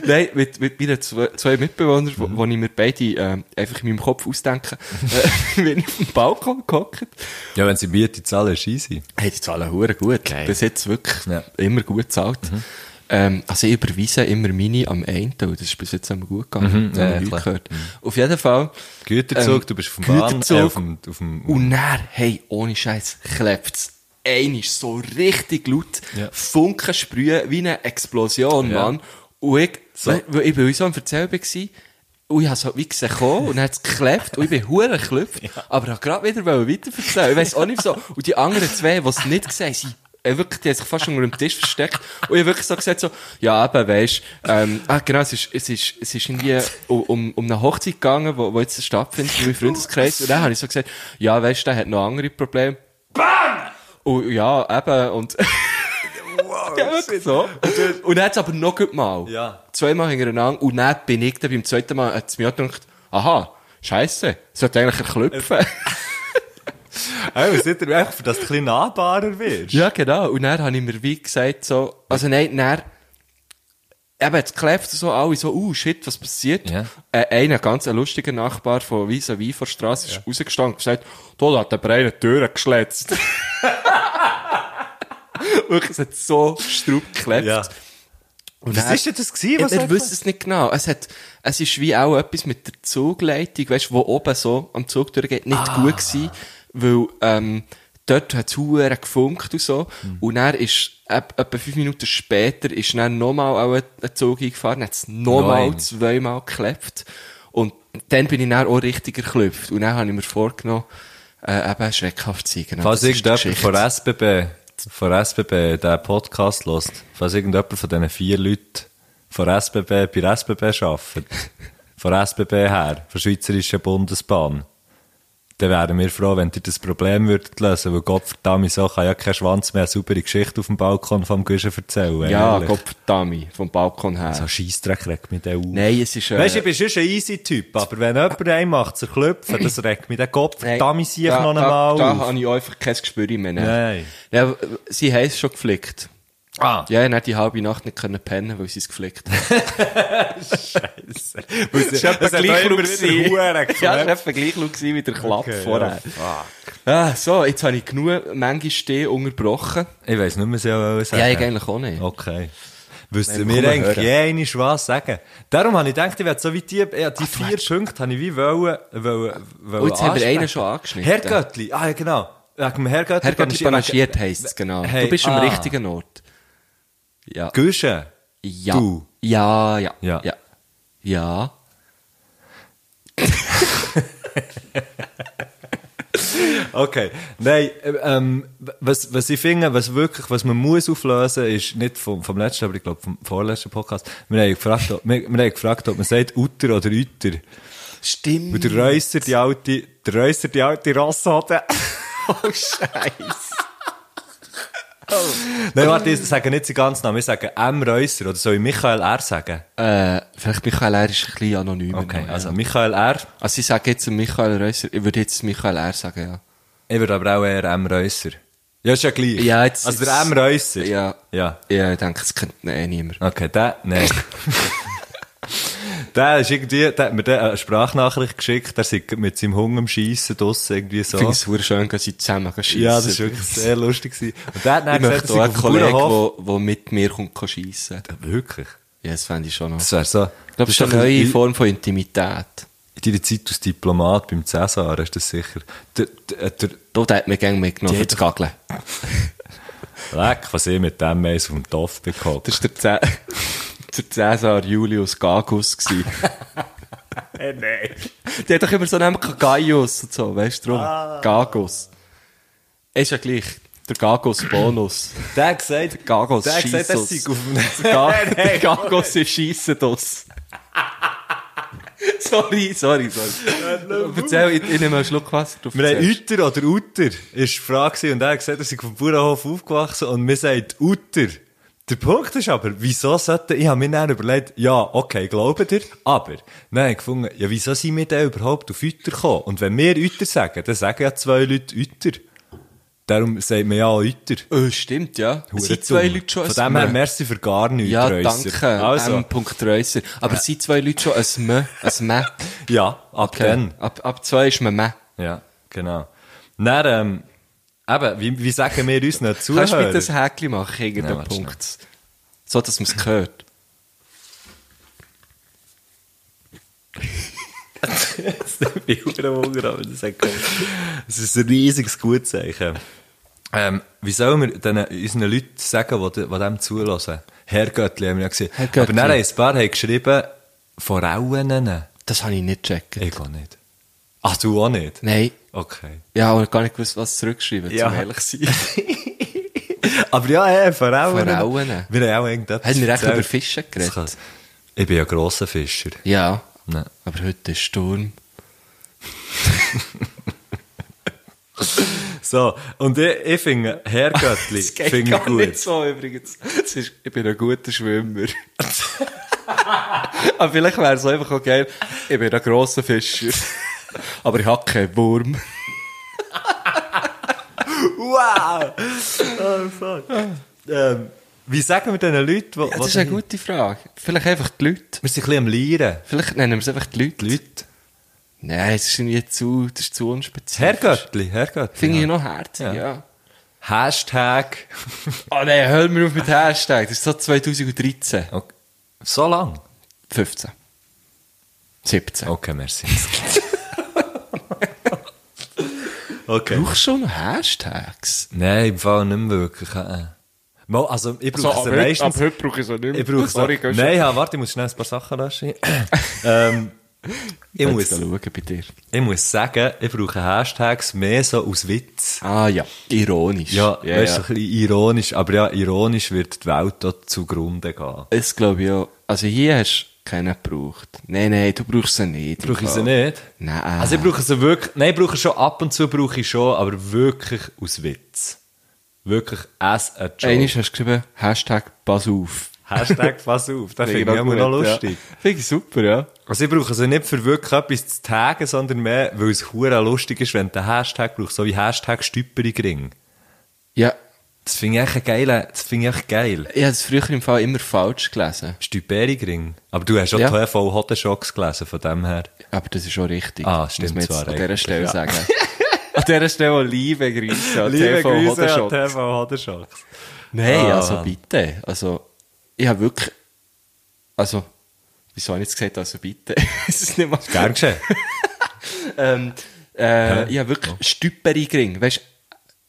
Speaker 1: nein mit, mit meinen zwei, zwei Mitbewohnern, wo, wo ich mir beide ähm, einfach in meinem Kopf ausdenke, [laughs] äh, bin ich auf dem Balkon gehockt.
Speaker 2: Ja, wenn sie Miete zahlen, ist easy.
Speaker 1: Hey, die zahlen hure gut.
Speaker 2: Geil.
Speaker 1: Bis jetzt wirklich
Speaker 2: Ja. Mhm.
Speaker 1: immer gut gezahlt. Ähm, also ich überweise immer meine am einen, und das ist bis jetzt immer gut gegangen. das
Speaker 2: ja, Mhm,
Speaker 1: habe
Speaker 2: ja,
Speaker 1: ich
Speaker 2: klar.
Speaker 1: nicht gehört. Auf jeden Fall.
Speaker 2: Güterzug,
Speaker 1: ähm,
Speaker 2: du bist auf dem Bahn,
Speaker 1: Güterzug. Uh.
Speaker 2: äh, auf dem, auf dem
Speaker 1: Und dann, hey, ohne Scheiß, klebt's. Einmal so richtig laut.
Speaker 2: Ja.
Speaker 1: Funken sprühen wie eine Explosion,
Speaker 2: Ja.
Speaker 1: Mann. Und ich,
Speaker 2: So.
Speaker 1: weil- weil ich bei uns am Erzählen war, und ich habe so wie gesehen gekommen und dann hat's geklebt und ich bin hure geklüpft, aber ich habe gerade wieder weiter erzählen. Ich weiss auch nicht so. Und die anderen zwei, die es nicht gesehen haben, sind äh, wirklich, die haben sich fast unter dem Tisch versteckt. Und ich habe wirklich so gesagt so, ja eben, weisst, ähm, ah genau, es ist, es ist, es ist irgendwie um- um, um eine Hochzeit gegangen, wo, wo jetzt stattfindet, in meinem Freundeskreis. Und dann habe ich so gesagt, ja weisst, der hat noch andere Probleme. Bam! Und Oh, ja, eben, und, [laughs] ja, wirklich so. Und dann hat's aber noch gut mal.
Speaker 2: Ja.
Speaker 1: Zweimal hintereinander. Und dann bin ich dann beim zweiten Mal, hat's mir auch gedacht, aha, scheisse, sollte eigentlich ein Klüpfen.
Speaker 2: Also, seid ihr einfach, dass du ein bisschen nahbarer wirst.
Speaker 1: [laughs] Ja, genau. Und dann habe ich mir wie gesagt, so, also nein, dann, eben, jetzt kläfft so alle so, uh, shit, was passiert?
Speaker 2: Ja.
Speaker 1: Äh, einer, ganz ein lustiger Nachbar von vis-à-vis von der Straße ist rausgestanden und gesagt, da hat der Breine Türen geschletzt. [laughs] Wirklich, es hat so straub geklebt.
Speaker 2: Ja.
Speaker 1: Und
Speaker 2: Was
Speaker 1: dann-
Speaker 2: ist denn das gewesen,
Speaker 1: ich,
Speaker 2: was
Speaker 1: wir wissen es nicht genau. Es hat, es ist wie auch etwas mit der Zugleitung, weißt du, wo oben so am Zug durchgeht, nicht
Speaker 2: Ah.
Speaker 1: gut gewesen, weil, ähm, dort hat es Huren gefunkt und so.
Speaker 2: Hm.
Speaker 1: Und dann ist, ab, etwa fünf Minuten später ist dann nochmal auch ein, ein Zug eingefahren, hat es nochmal
Speaker 2: Nein.
Speaker 1: zweimal geklebt. Und dann bin ich dann auch richtig erklüpft. Und dann habe ich mir vorgenommen, äh, eben schreckhaft zu sein. Genau,
Speaker 2: Falls
Speaker 1: das ist die
Speaker 2: irgendjemand
Speaker 1: Geschichte.
Speaker 2: von SBB, von SBB den Podcast hört, falls irgendjemand von diesen vier Leuten von SBB bei SBB arbeitet, von SBB her, von der Schweizerischen Bundesbahn, dann wären wir froh, wenn ihr das Problem würdet lösen, weil Gottverdammt, so kann ja kein Schwanz mehr eine saubere Geschichte auf dem Balkon vom Guschen erzählen.
Speaker 1: Ja,
Speaker 2: ehrlich.
Speaker 1: Gottverdammt, vom Balkon her.
Speaker 2: So Scheissdreck regt mich der auf.
Speaker 1: Nein, es ist, äh,
Speaker 2: Weißt du, ich bin schon ein easy Typ, aber wenn jemand einen macht, zerklüpfen, das regt mich den Gottverdammt, sieh ich
Speaker 1: da-
Speaker 2: noch
Speaker 1: Da,
Speaker 2: einmal
Speaker 1: da
Speaker 2: auf.
Speaker 1: habe ich einfach kein Gespür mehr.
Speaker 2: Nein.
Speaker 1: Ja, sie haben es schon geflickt.
Speaker 2: Ah.
Speaker 1: Ja, ich konnte die halbe Nacht nicht können pennen, weil sie es
Speaker 2: [laughs]
Speaker 1: geflickt haben.
Speaker 2: Das ist etwa gleich
Speaker 1: laut Ja, es war etwa gleich laut gewesen wie der Klapp
Speaker 2: Okay,
Speaker 1: vorher. Ah, so, jetzt habe ich genug Menge stehen unterbrochen.
Speaker 2: Ich weiss nicht mehr, was ich auch sagen
Speaker 1: Ja, ich
Speaker 2: wollte.
Speaker 1: eigentlich auch nicht.
Speaker 2: Okay. Wüssten
Speaker 1: Nein,
Speaker 2: wir
Speaker 1: komm,
Speaker 2: eigentlich
Speaker 1: hören.
Speaker 2: je einmal was sagen. Darum habe ich gedacht, ich werde so wie die, ja, die vier Punkte habe ich wie wollen, wollen, wollen
Speaker 1: Und jetzt haben wir
Speaker 2: ansprechen.
Speaker 1: einen schon angeschnitten.
Speaker 2: Herr Göttli, ah ja genau. Wegen dem Herr Göttli.
Speaker 1: Herr Göttli panagiert heisst es, genau.
Speaker 2: Hey,
Speaker 1: du bist am
Speaker 2: ah.
Speaker 1: richtigen Ort. Ja.
Speaker 2: Güsche.
Speaker 1: Ja.
Speaker 2: Du.
Speaker 1: Ja, ja.
Speaker 2: Ja.
Speaker 1: Ja. ja.
Speaker 2: Okay. Nein, äh, ähm, was, was ich finde, was wirklich, was man muss auflösen, ist nicht vom, vom letzten, aber ich glaube vom vorletzten Podcast. Wir haben gefragt, ob, wir, wir haben gefragt, ob man sagt Uter oder Uter.
Speaker 1: Stimmt.
Speaker 2: Und der Reusser, die alte, der Reusser, die alte Rasse äh, hatte.
Speaker 1: Oh, Scheiße.
Speaker 2: [laughs] Nein, warte, ich sage nicht seinen ganzen Namen, ich sage M. Reusser, oder soll ich Michael R. sagen?
Speaker 1: Äh, vielleicht Michael R. ist ein bisschen anonym.
Speaker 2: Okay, also Michael R.
Speaker 1: Also ich sage jetzt Michael Reusser, ich würde jetzt Michael R. sagen, ja.
Speaker 2: Ich würde aber auch eher M. Reusser. Ja, ist ja gleich.
Speaker 1: Ja, jetzt-
Speaker 2: also der
Speaker 1: jetzt-
Speaker 2: M. Reusser.
Speaker 1: Ja.
Speaker 2: Ja.
Speaker 1: Ja, ich denke, es könnte eh niemand.
Speaker 2: Okay, der, nein.
Speaker 1: [laughs]
Speaker 2: der ist irgendwie, der hat mir dann eine Sprachnachricht geschickt, der sei mit seinem Hunger am Schiessen draussen irgendwie so.
Speaker 1: Ich finde es super schön, dass sie zusammen schiessen.
Speaker 2: Ja, das ist wirklich sehr lustig gewesen. Und der hat dann
Speaker 1: Ich
Speaker 2: gesagt,
Speaker 1: möchte
Speaker 2: dass
Speaker 1: auch
Speaker 2: er auf dem
Speaker 1: einen Kollegen,
Speaker 2: Bauernhof...
Speaker 1: der der mit mir kommt, kann schiessen kann.
Speaker 2: Wirklich?
Speaker 1: Ja, das fände ich schon noch.
Speaker 2: Das wäre so...
Speaker 1: Ich glaube, das ist
Speaker 2: doch
Speaker 1: eine neue
Speaker 2: ein-
Speaker 1: Form von Intimität.
Speaker 2: In deiner Zeit als Diplomat beim Cäsar ist das sicher. Der, der, äh, der
Speaker 1: Da hat man gerne mitgenommen,
Speaker 2: Die
Speaker 1: für zu gageln.
Speaker 2: Leck, was ich mit dem Eis auf dem Topf bekommen
Speaker 1: Das war der,
Speaker 2: [laughs]
Speaker 1: Cä der Cäsar Julius Gagus. Gewesen.
Speaker 2: Nein.
Speaker 1: Der hat doch immer so einen Namen, Gaius und so, weißt du drum? Gagus. Ist ja gleich. Der Gagus Bonus.
Speaker 2: Der hat gesagt, der
Speaker 1: Gagos
Speaker 2: hat gesagt, das
Speaker 1: Scheissus.
Speaker 2: sei auf
Speaker 1: [laughs]
Speaker 2: dem
Speaker 1: Ga
Speaker 2: [laughs] Nein,
Speaker 1: der
Speaker 2: nein,
Speaker 1: Gagos ist scheissen das. [laughs] sorry, sorry, sorry. Erzähl, ich, ich nehme einen Schluck Wasser. Du
Speaker 2: Wir haben
Speaker 1: erzählst.
Speaker 2: Uter oder Uter, ist die Frage gewesen. und er hat gesagt, er sei vom Bauernhof aufgewachsen und mir sagt Uter. Der Punkt ist aber, wieso sollte, ich habe mir dann überlegt, ja, okay, glauben dir, aber, dann habe ich gefunden, ja, wieso sind wir denn überhaupt auf Uter gekommen? Und wenn wir Uter sagen, dann sagen ja zwei Leute Uter. Darum sagt man ja auch Uter.
Speaker 1: Oh, stimmt, ja. Es sind zwei
Speaker 2: dumm.
Speaker 1: Leute schon
Speaker 2: Von dem her, merci für gar nichts,
Speaker 1: Ja,
Speaker 2: Reusser.
Speaker 1: danke. Ähm,
Speaker 2: Also,
Speaker 1: M. Reusser. Aber es sind zwei Leute schon ein Mö, ein Mö.
Speaker 2: ja, ab dann.
Speaker 1: Ab, ab zwei ist man Mö.
Speaker 2: Ja, genau. Dann, ähm, eben, wie, wie sagen wir uns noch zu?
Speaker 1: Kannst du bitte ein Häkchen machen gegen
Speaker 2: Nein,
Speaker 1: den
Speaker 2: warte
Speaker 1: Punkt? So, dass man es hört.
Speaker 2: Das ist ein riesiges Gutzeichen. Ähm, wie sollen wir den, unseren Leuten sagen, die, die dem zulassen? Herr Göttli haben wir ja gesehen.
Speaker 1: Herr Göttli.
Speaker 2: Aber dann haben ein paar haben geschrieben, Frauen.
Speaker 1: Das habe ich nicht gecheckt.
Speaker 2: Ich auch nicht. Ach, du auch nicht?
Speaker 1: Nein.
Speaker 2: Okay.
Speaker 1: Ja, aber gar nicht gewusst, was zurückschreiben,
Speaker 2: Ja.
Speaker 1: zum
Speaker 2: [laughs]
Speaker 1: ehrlich sein.
Speaker 2: Aber ja, hey, Frauen.
Speaker 1: Frauen.
Speaker 2: Wir haben auch irgendetwas.
Speaker 1: Haben wir echt
Speaker 2: erzählt.
Speaker 1: über Fische geredet?
Speaker 2: Das kann- Ich bin ja grosser Fischer.
Speaker 1: Ja.
Speaker 2: Nein.
Speaker 1: Aber heute ist Sturm.
Speaker 2: So, und ich, ich finde Herrgöttli
Speaker 1: Das geht
Speaker 2: finde ich
Speaker 1: gar
Speaker 2: gut.
Speaker 1: nicht so übrigens. Das ist, ich bin ein guter Schwimmer. [laughs] Aber vielleicht wäre es einfach auch geil, ich bin ein grosser Fischer. Aber ich habe keinen Wurm.
Speaker 2: Wow! Oh, fuck. Ähm, wie sagen wir diesen Leuten, wo,
Speaker 1: Ja,
Speaker 2: wo
Speaker 1: das ist
Speaker 2: die-
Speaker 1: eine gute Frage. Vielleicht einfach die Leute.
Speaker 2: Wir sind ein bisschen am Lieren.
Speaker 1: Vielleicht nennen wir es einfach die Leute. Leute. Nein, es ist irgendwie zu, das ist zu unspezifisch.
Speaker 2: Herrgöttli, Herrgöttli.
Speaker 1: Finde
Speaker 2: ja.
Speaker 1: ich noch herzig,
Speaker 2: Ja.
Speaker 1: ja.
Speaker 2: Hashtag. [laughs]
Speaker 1: Oh nein, hör mir auf mit Hashtag. Das ist so 2013.
Speaker 2: Okay. So lang?
Speaker 1: 15. 17.
Speaker 2: Okay, merci. okay.
Speaker 1: Brauchst du schon Hashtags?
Speaker 2: Nein, im Fall nicht mehr wirklich. äh. Mal, Also, ich brauche es meistens.
Speaker 1: brauche ich so nicht
Speaker 2: Ich brauche es.
Speaker 1: Sorry, gehst du-
Speaker 2: Nein, ja, warte, ich muss schnell ein paar Sachen [coughs] löschen. ähm, ich,
Speaker 1: Jetzt
Speaker 2: muss,
Speaker 1: schauen bei dir.
Speaker 2: ich muss sagen, ich brauche Hashtags mehr so aus Witz.
Speaker 1: Ah ja, ironisch.
Speaker 2: Ja,
Speaker 1: ja,
Speaker 2: weißt du, so
Speaker 1: ja.
Speaker 2: ein bisschen ironisch. Aber ja, ironisch wird die Welt dort zugrunde gehen.
Speaker 1: Das glaube ich auch. Also hier hast du keinen gebraucht. Nein, nein, du brauchst sie nicht.
Speaker 2: Brauche ich sie nicht?
Speaker 1: Nein.
Speaker 2: Also ich brauche sie wirklich, nein, ich brauche schon ab und zu brauche ich schon, aber wirklich aus Witz. Wirklich as a joke.
Speaker 1: Einmal hast du geschrieben, Hashtag pass auf.
Speaker 2: Hashtag pass auf,
Speaker 1: [laughs]
Speaker 2: das finde ich immer
Speaker 1: gut,
Speaker 2: noch lustig.
Speaker 1: Ja. Finde ich super, ja.
Speaker 2: Also ich brauche sie nicht für wirklich etwas zu taggen, sondern mehr, weil es hure lustig ist, wenn du den Hashtag brauchst, so wie Hashtag Stüpperigring.
Speaker 1: Ja,
Speaker 2: Das finde ich echt ein geiler, das finde ich echt geil.
Speaker 1: ich habe es früher im Fall immer falsch gelesen.
Speaker 2: Stüperigring. Aber du hast schon
Speaker 1: Ja.
Speaker 2: ja. TV Hotenschocks gelesen, von dem her.
Speaker 1: Aber das ist schon richtig.
Speaker 2: Ah, stimmt,
Speaker 1: Muss man
Speaker 2: zwar
Speaker 1: jetzt an dieser
Speaker 2: eigentlich,
Speaker 1: Stelle
Speaker 2: ja.
Speaker 1: sagen. [laughs] an dieser Stelle auch Liebe Grüße
Speaker 2: Äh,
Speaker 1: an TV Hodenshop.
Speaker 2: TV Hotenschocks.
Speaker 1: Nein,
Speaker 2: Ah.
Speaker 1: also bitte. Also, ich habe wirklich. Also, wieso habe ich jetzt gesagt, also bitte? [laughs] es ist nicht mal.
Speaker 2: Gern geschehen.
Speaker 1: Ähm, äh, ich habe wirklich Stüpperigring. Weißt du,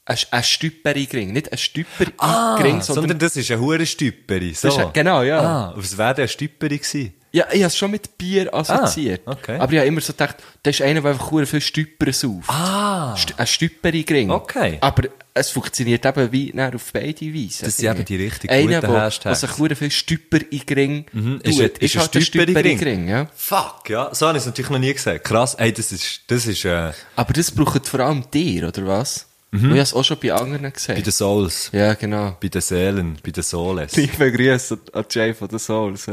Speaker 1: ein- ein Stüpperigring. Nicht ein Stüpperigring,
Speaker 2: Ah,
Speaker 1: sondern.
Speaker 2: sondern das ist ein hure Stüpperi. So.
Speaker 1: Das ist ein- genau, ja.
Speaker 2: Ah, was wäre der Stüpperi gewesen?
Speaker 1: Ja, ich habe es schon mit Bier assoziiert.
Speaker 2: Ah, okay.
Speaker 1: Aber ich habe immer so gedacht, das ist einer, der einfach verdammt viel Stüpper sauft.
Speaker 2: Ah.
Speaker 1: St ein Stüpperigring.
Speaker 2: Okay.
Speaker 1: Aber es funktioniert eben wie näher auf beide Weisen.
Speaker 2: Das sind
Speaker 1: finde
Speaker 2: eben
Speaker 1: ich.
Speaker 2: die richtig
Speaker 1: Einer,
Speaker 2: guten
Speaker 1: der-
Speaker 2: Hashtags.
Speaker 1: der sich verdammt viel Stüpperigring tut,
Speaker 2: Ist
Speaker 1: ist,
Speaker 2: ein-
Speaker 1: ist,
Speaker 2: ist ein
Speaker 1: halt ein
Speaker 2: Stüpperigring.
Speaker 1: Stüpperigring. Ja.
Speaker 2: Fuck, ja. So habe ich es natürlich noch nie gesehen. Krass. Ey, das ist, das ist, äh,
Speaker 1: Aber das braucht vor allem dir, oder was? Mhm. Ich habe es auch schon bei anderen
Speaker 2: bei
Speaker 1: gesehen.
Speaker 2: den Souls.
Speaker 1: Ja, genau.
Speaker 2: Bei den Seelen. Bei den Souls.
Speaker 1: Liebe Grüße an Jay von den Souls.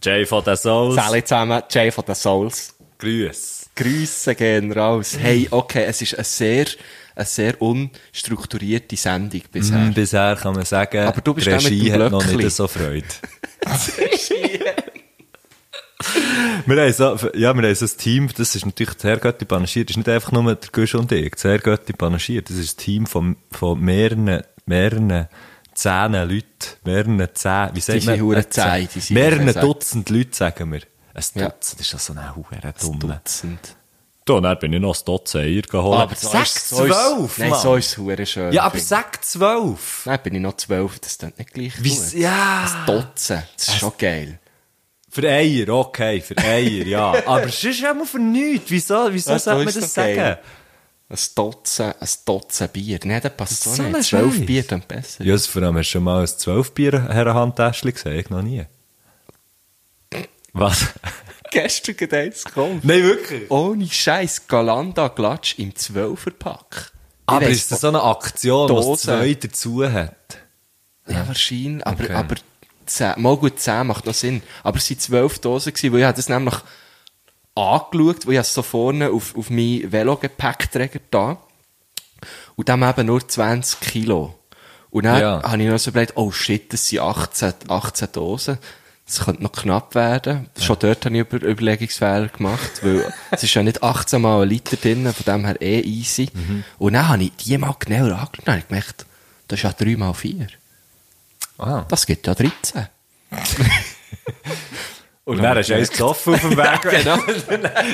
Speaker 2: Jay von den Souls.
Speaker 1: Sally zusammen, Jay von den Souls.
Speaker 2: Grüß.
Speaker 1: Grüße gehen raus. Hey, okay, es ist eine sehr, eine sehr unstrukturierte Sendung bisher.
Speaker 2: Hm, [laughs] bisher kann man sagen,
Speaker 1: Aber du bist
Speaker 2: die
Speaker 1: der mit
Speaker 2: Regie
Speaker 1: dem
Speaker 2: hat noch
Speaker 1: Blöckli.
Speaker 2: nicht so
Speaker 1: [laughs]
Speaker 2: Freude. wir haben so, ja, wir haben so ein Team, das ist natürlich das Herrgötti Panaschiert, das ist nicht einfach nur der Gusch und ich, das Herrgötti Panaschiert, das ist ein Team von, von mehreren, mehreren zehn Leuten, mehreren zehn, wie sagt
Speaker 1: sind
Speaker 2: man?
Speaker 1: hure
Speaker 2: Äh,
Speaker 1: zäh, die sind
Speaker 2: mehreren
Speaker 1: hure zäh.
Speaker 2: Dutzend Leute, sagen wir. Ein
Speaker 1: Ja.
Speaker 2: Dutzend ist ja so eine hure dumme.
Speaker 1: Dutzend.
Speaker 2: Da, dann bin ich noch ein Dutzend Eier geholt.
Speaker 1: ist- ist- Nein, so ist es hure schön.
Speaker 2: Ja, aber
Speaker 1: finde ich.
Speaker 2: sag zwölf!
Speaker 1: Nein, bin ich noch zwölf, das ist nicht gleich
Speaker 2: Wie's-
Speaker 1: gut.
Speaker 2: ja.
Speaker 1: Ein Dutzend, das ist schon geil.
Speaker 2: Für Eier, okay, für Eier, ja. [laughs] Aber es ist ja mal für nichts. Wieso, wieso
Speaker 1: Was,
Speaker 2: sollte man
Speaker 1: das
Speaker 2: das
Speaker 1: ist doch
Speaker 2: sagen?
Speaker 1: geil. Ein Dutzend, ein Dutzend Bier. Nein, das passt
Speaker 2: ist
Speaker 1: so
Speaker 2: so ein
Speaker 1: nicht. Zwölf
Speaker 2: Scheiß.
Speaker 1: Bier dann besser.
Speaker 2: Ja, das vor allem hast du schon mal ein 12-Bier Herrenhandtäschchen gesehen, ich noch nie. Was?
Speaker 1: Gestern geht eins gekommen.
Speaker 2: [laughs] Nein, wirklich?
Speaker 1: Ohne Scheiß Galanda Glatsch im Zwölferpack. Ich
Speaker 2: Aber
Speaker 1: weiss
Speaker 2: ist das so eine Aktion, die
Speaker 1: Dosen.
Speaker 2: zwei dazu hat?
Speaker 1: Ja, wahrscheinlich. Aber,
Speaker 2: Okay.
Speaker 1: aber 10, mal gut 10 macht noch Sinn. Aber es waren 12 Dosen, gewesen, weil ich habe das nämlich angeschaut, weil ich habe es so vorne auf, auf meinen Velo-Gepäckträger da und dem eben nur 20 Kilo. Und dann
Speaker 2: Ja.
Speaker 1: habe ich noch so überlegt, oh shit, das sind 18, 18 Dosen. Das könnte noch knapp werden. Schon dort habe ich über Überlegungsfehler gemacht,
Speaker 2: [laughs]
Speaker 1: weil es ist ja nicht 18 mal ein Liter drin, von dem her eh easy.
Speaker 2: Mhm.
Speaker 1: Und dann habe ich die mal genauer angeschaut und habe gemerkt, das ist ja 3 mal 4.
Speaker 2: Ah.
Speaker 1: Das gibt ja 13.
Speaker 2: Und dann hast du eins gesoffen auf dem Weg. [laughs]
Speaker 1: genau.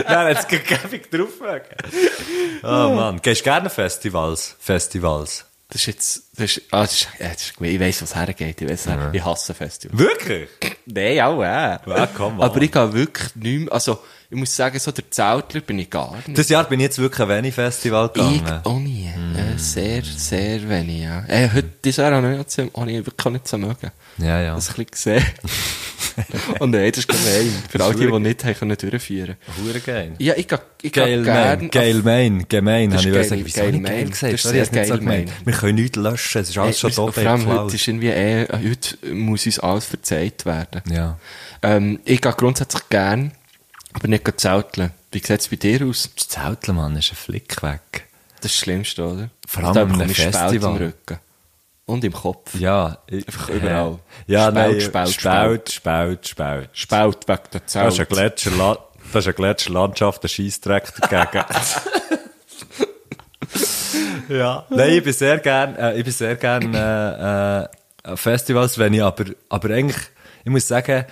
Speaker 2: dann hat es gegeben draufweg. Oh Mann. Gehst du gerne an Festivals? Festivals?
Speaker 1: Das ist jetzt, das ist, ah, das ist, äh, das ist ich weiss, was hergeht. Ich weiss, ich hasse Festivals.
Speaker 2: Wirklich?
Speaker 1: Nein, auch, äh.
Speaker 2: Ja, komm,
Speaker 1: Aber
Speaker 2: Mann.
Speaker 1: ich gehe wirklich nicht mehr, also, ich muss sagen, so der Zeltler bin ich gar nicht.
Speaker 2: Das Jahr bin ich jetzt wirklich an wenig Festival
Speaker 1: ich
Speaker 2: gegangen.
Speaker 1: auch nie.
Speaker 2: Hmm.
Speaker 1: Äh, sehr, sehr wenig, ja. Äh, heute, dieses Jahr habe ich, nicht, habe ich wirklich nicht so mögen.
Speaker 2: Ja, ja.
Speaker 1: Das ein bisschen gesehen.
Speaker 2: [laughs]
Speaker 1: Und nein, das ist gemein. Für all die, die nicht haben können durchführen
Speaker 2: Hure geil.
Speaker 1: Ja, ich gehe, ich gehe
Speaker 2: Geil
Speaker 1: gerne.
Speaker 2: mein, geil mein, gemein,
Speaker 1: Das
Speaker 2: habe ich
Speaker 1: ist
Speaker 2: wollen
Speaker 1: geil,
Speaker 2: sagen. Wieso habe ich geil gesagt?
Speaker 1: geil Dus mein. Das ist
Speaker 2: Sorry, ich
Speaker 1: sehr
Speaker 2: habe nicht so
Speaker 1: geil mein.
Speaker 2: gemeint. Wir können nichts löschen, es ist alles schon
Speaker 1: Hey,
Speaker 2: doppelt
Speaker 1: Vor allem heute
Speaker 2: geklaut.
Speaker 1: ist irgendwie eh, heute muss uns alles verzeiht werden.
Speaker 2: Ja.
Speaker 1: Ähm, ich gehe grundsätzlich gern, aber nicht gern zelteln. Wie sieht es bei dir aus?
Speaker 2: Das Zeltelmann ist ein Flick weg.
Speaker 1: Das ist das Schlimmste, oder?
Speaker 2: Vor allem
Speaker 1: da
Speaker 2: an einem
Speaker 1: bekomme ich Spalt
Speaker 2: Festival.
Speaker 1: im Rücken. Und im Kopf.
Speaker 2: Ja, ich-
Speaker 1: Einfach überall.
Speaker 2: Ja,
Speaker 1: Spalt,
Speaker 2: nein,
Speaker 1: Spalt,
Speaker 2: Spalt, Spalt, Spalt, Spalt.
Speaker 1: Spalt weg der
Speaker 2: Das ist eine
Speaker 1: Zelt.
Speaker 2: Gletscherla- das ist eine Gletscherlandschaft, ein Scheissdreck dagegen. [laughs] ja. Nein, ich bin sehr gern, äh, ich bin sehr gern äh, äh, an Festivals, wenn ich aber, aber eigentlich, ich muss sagen,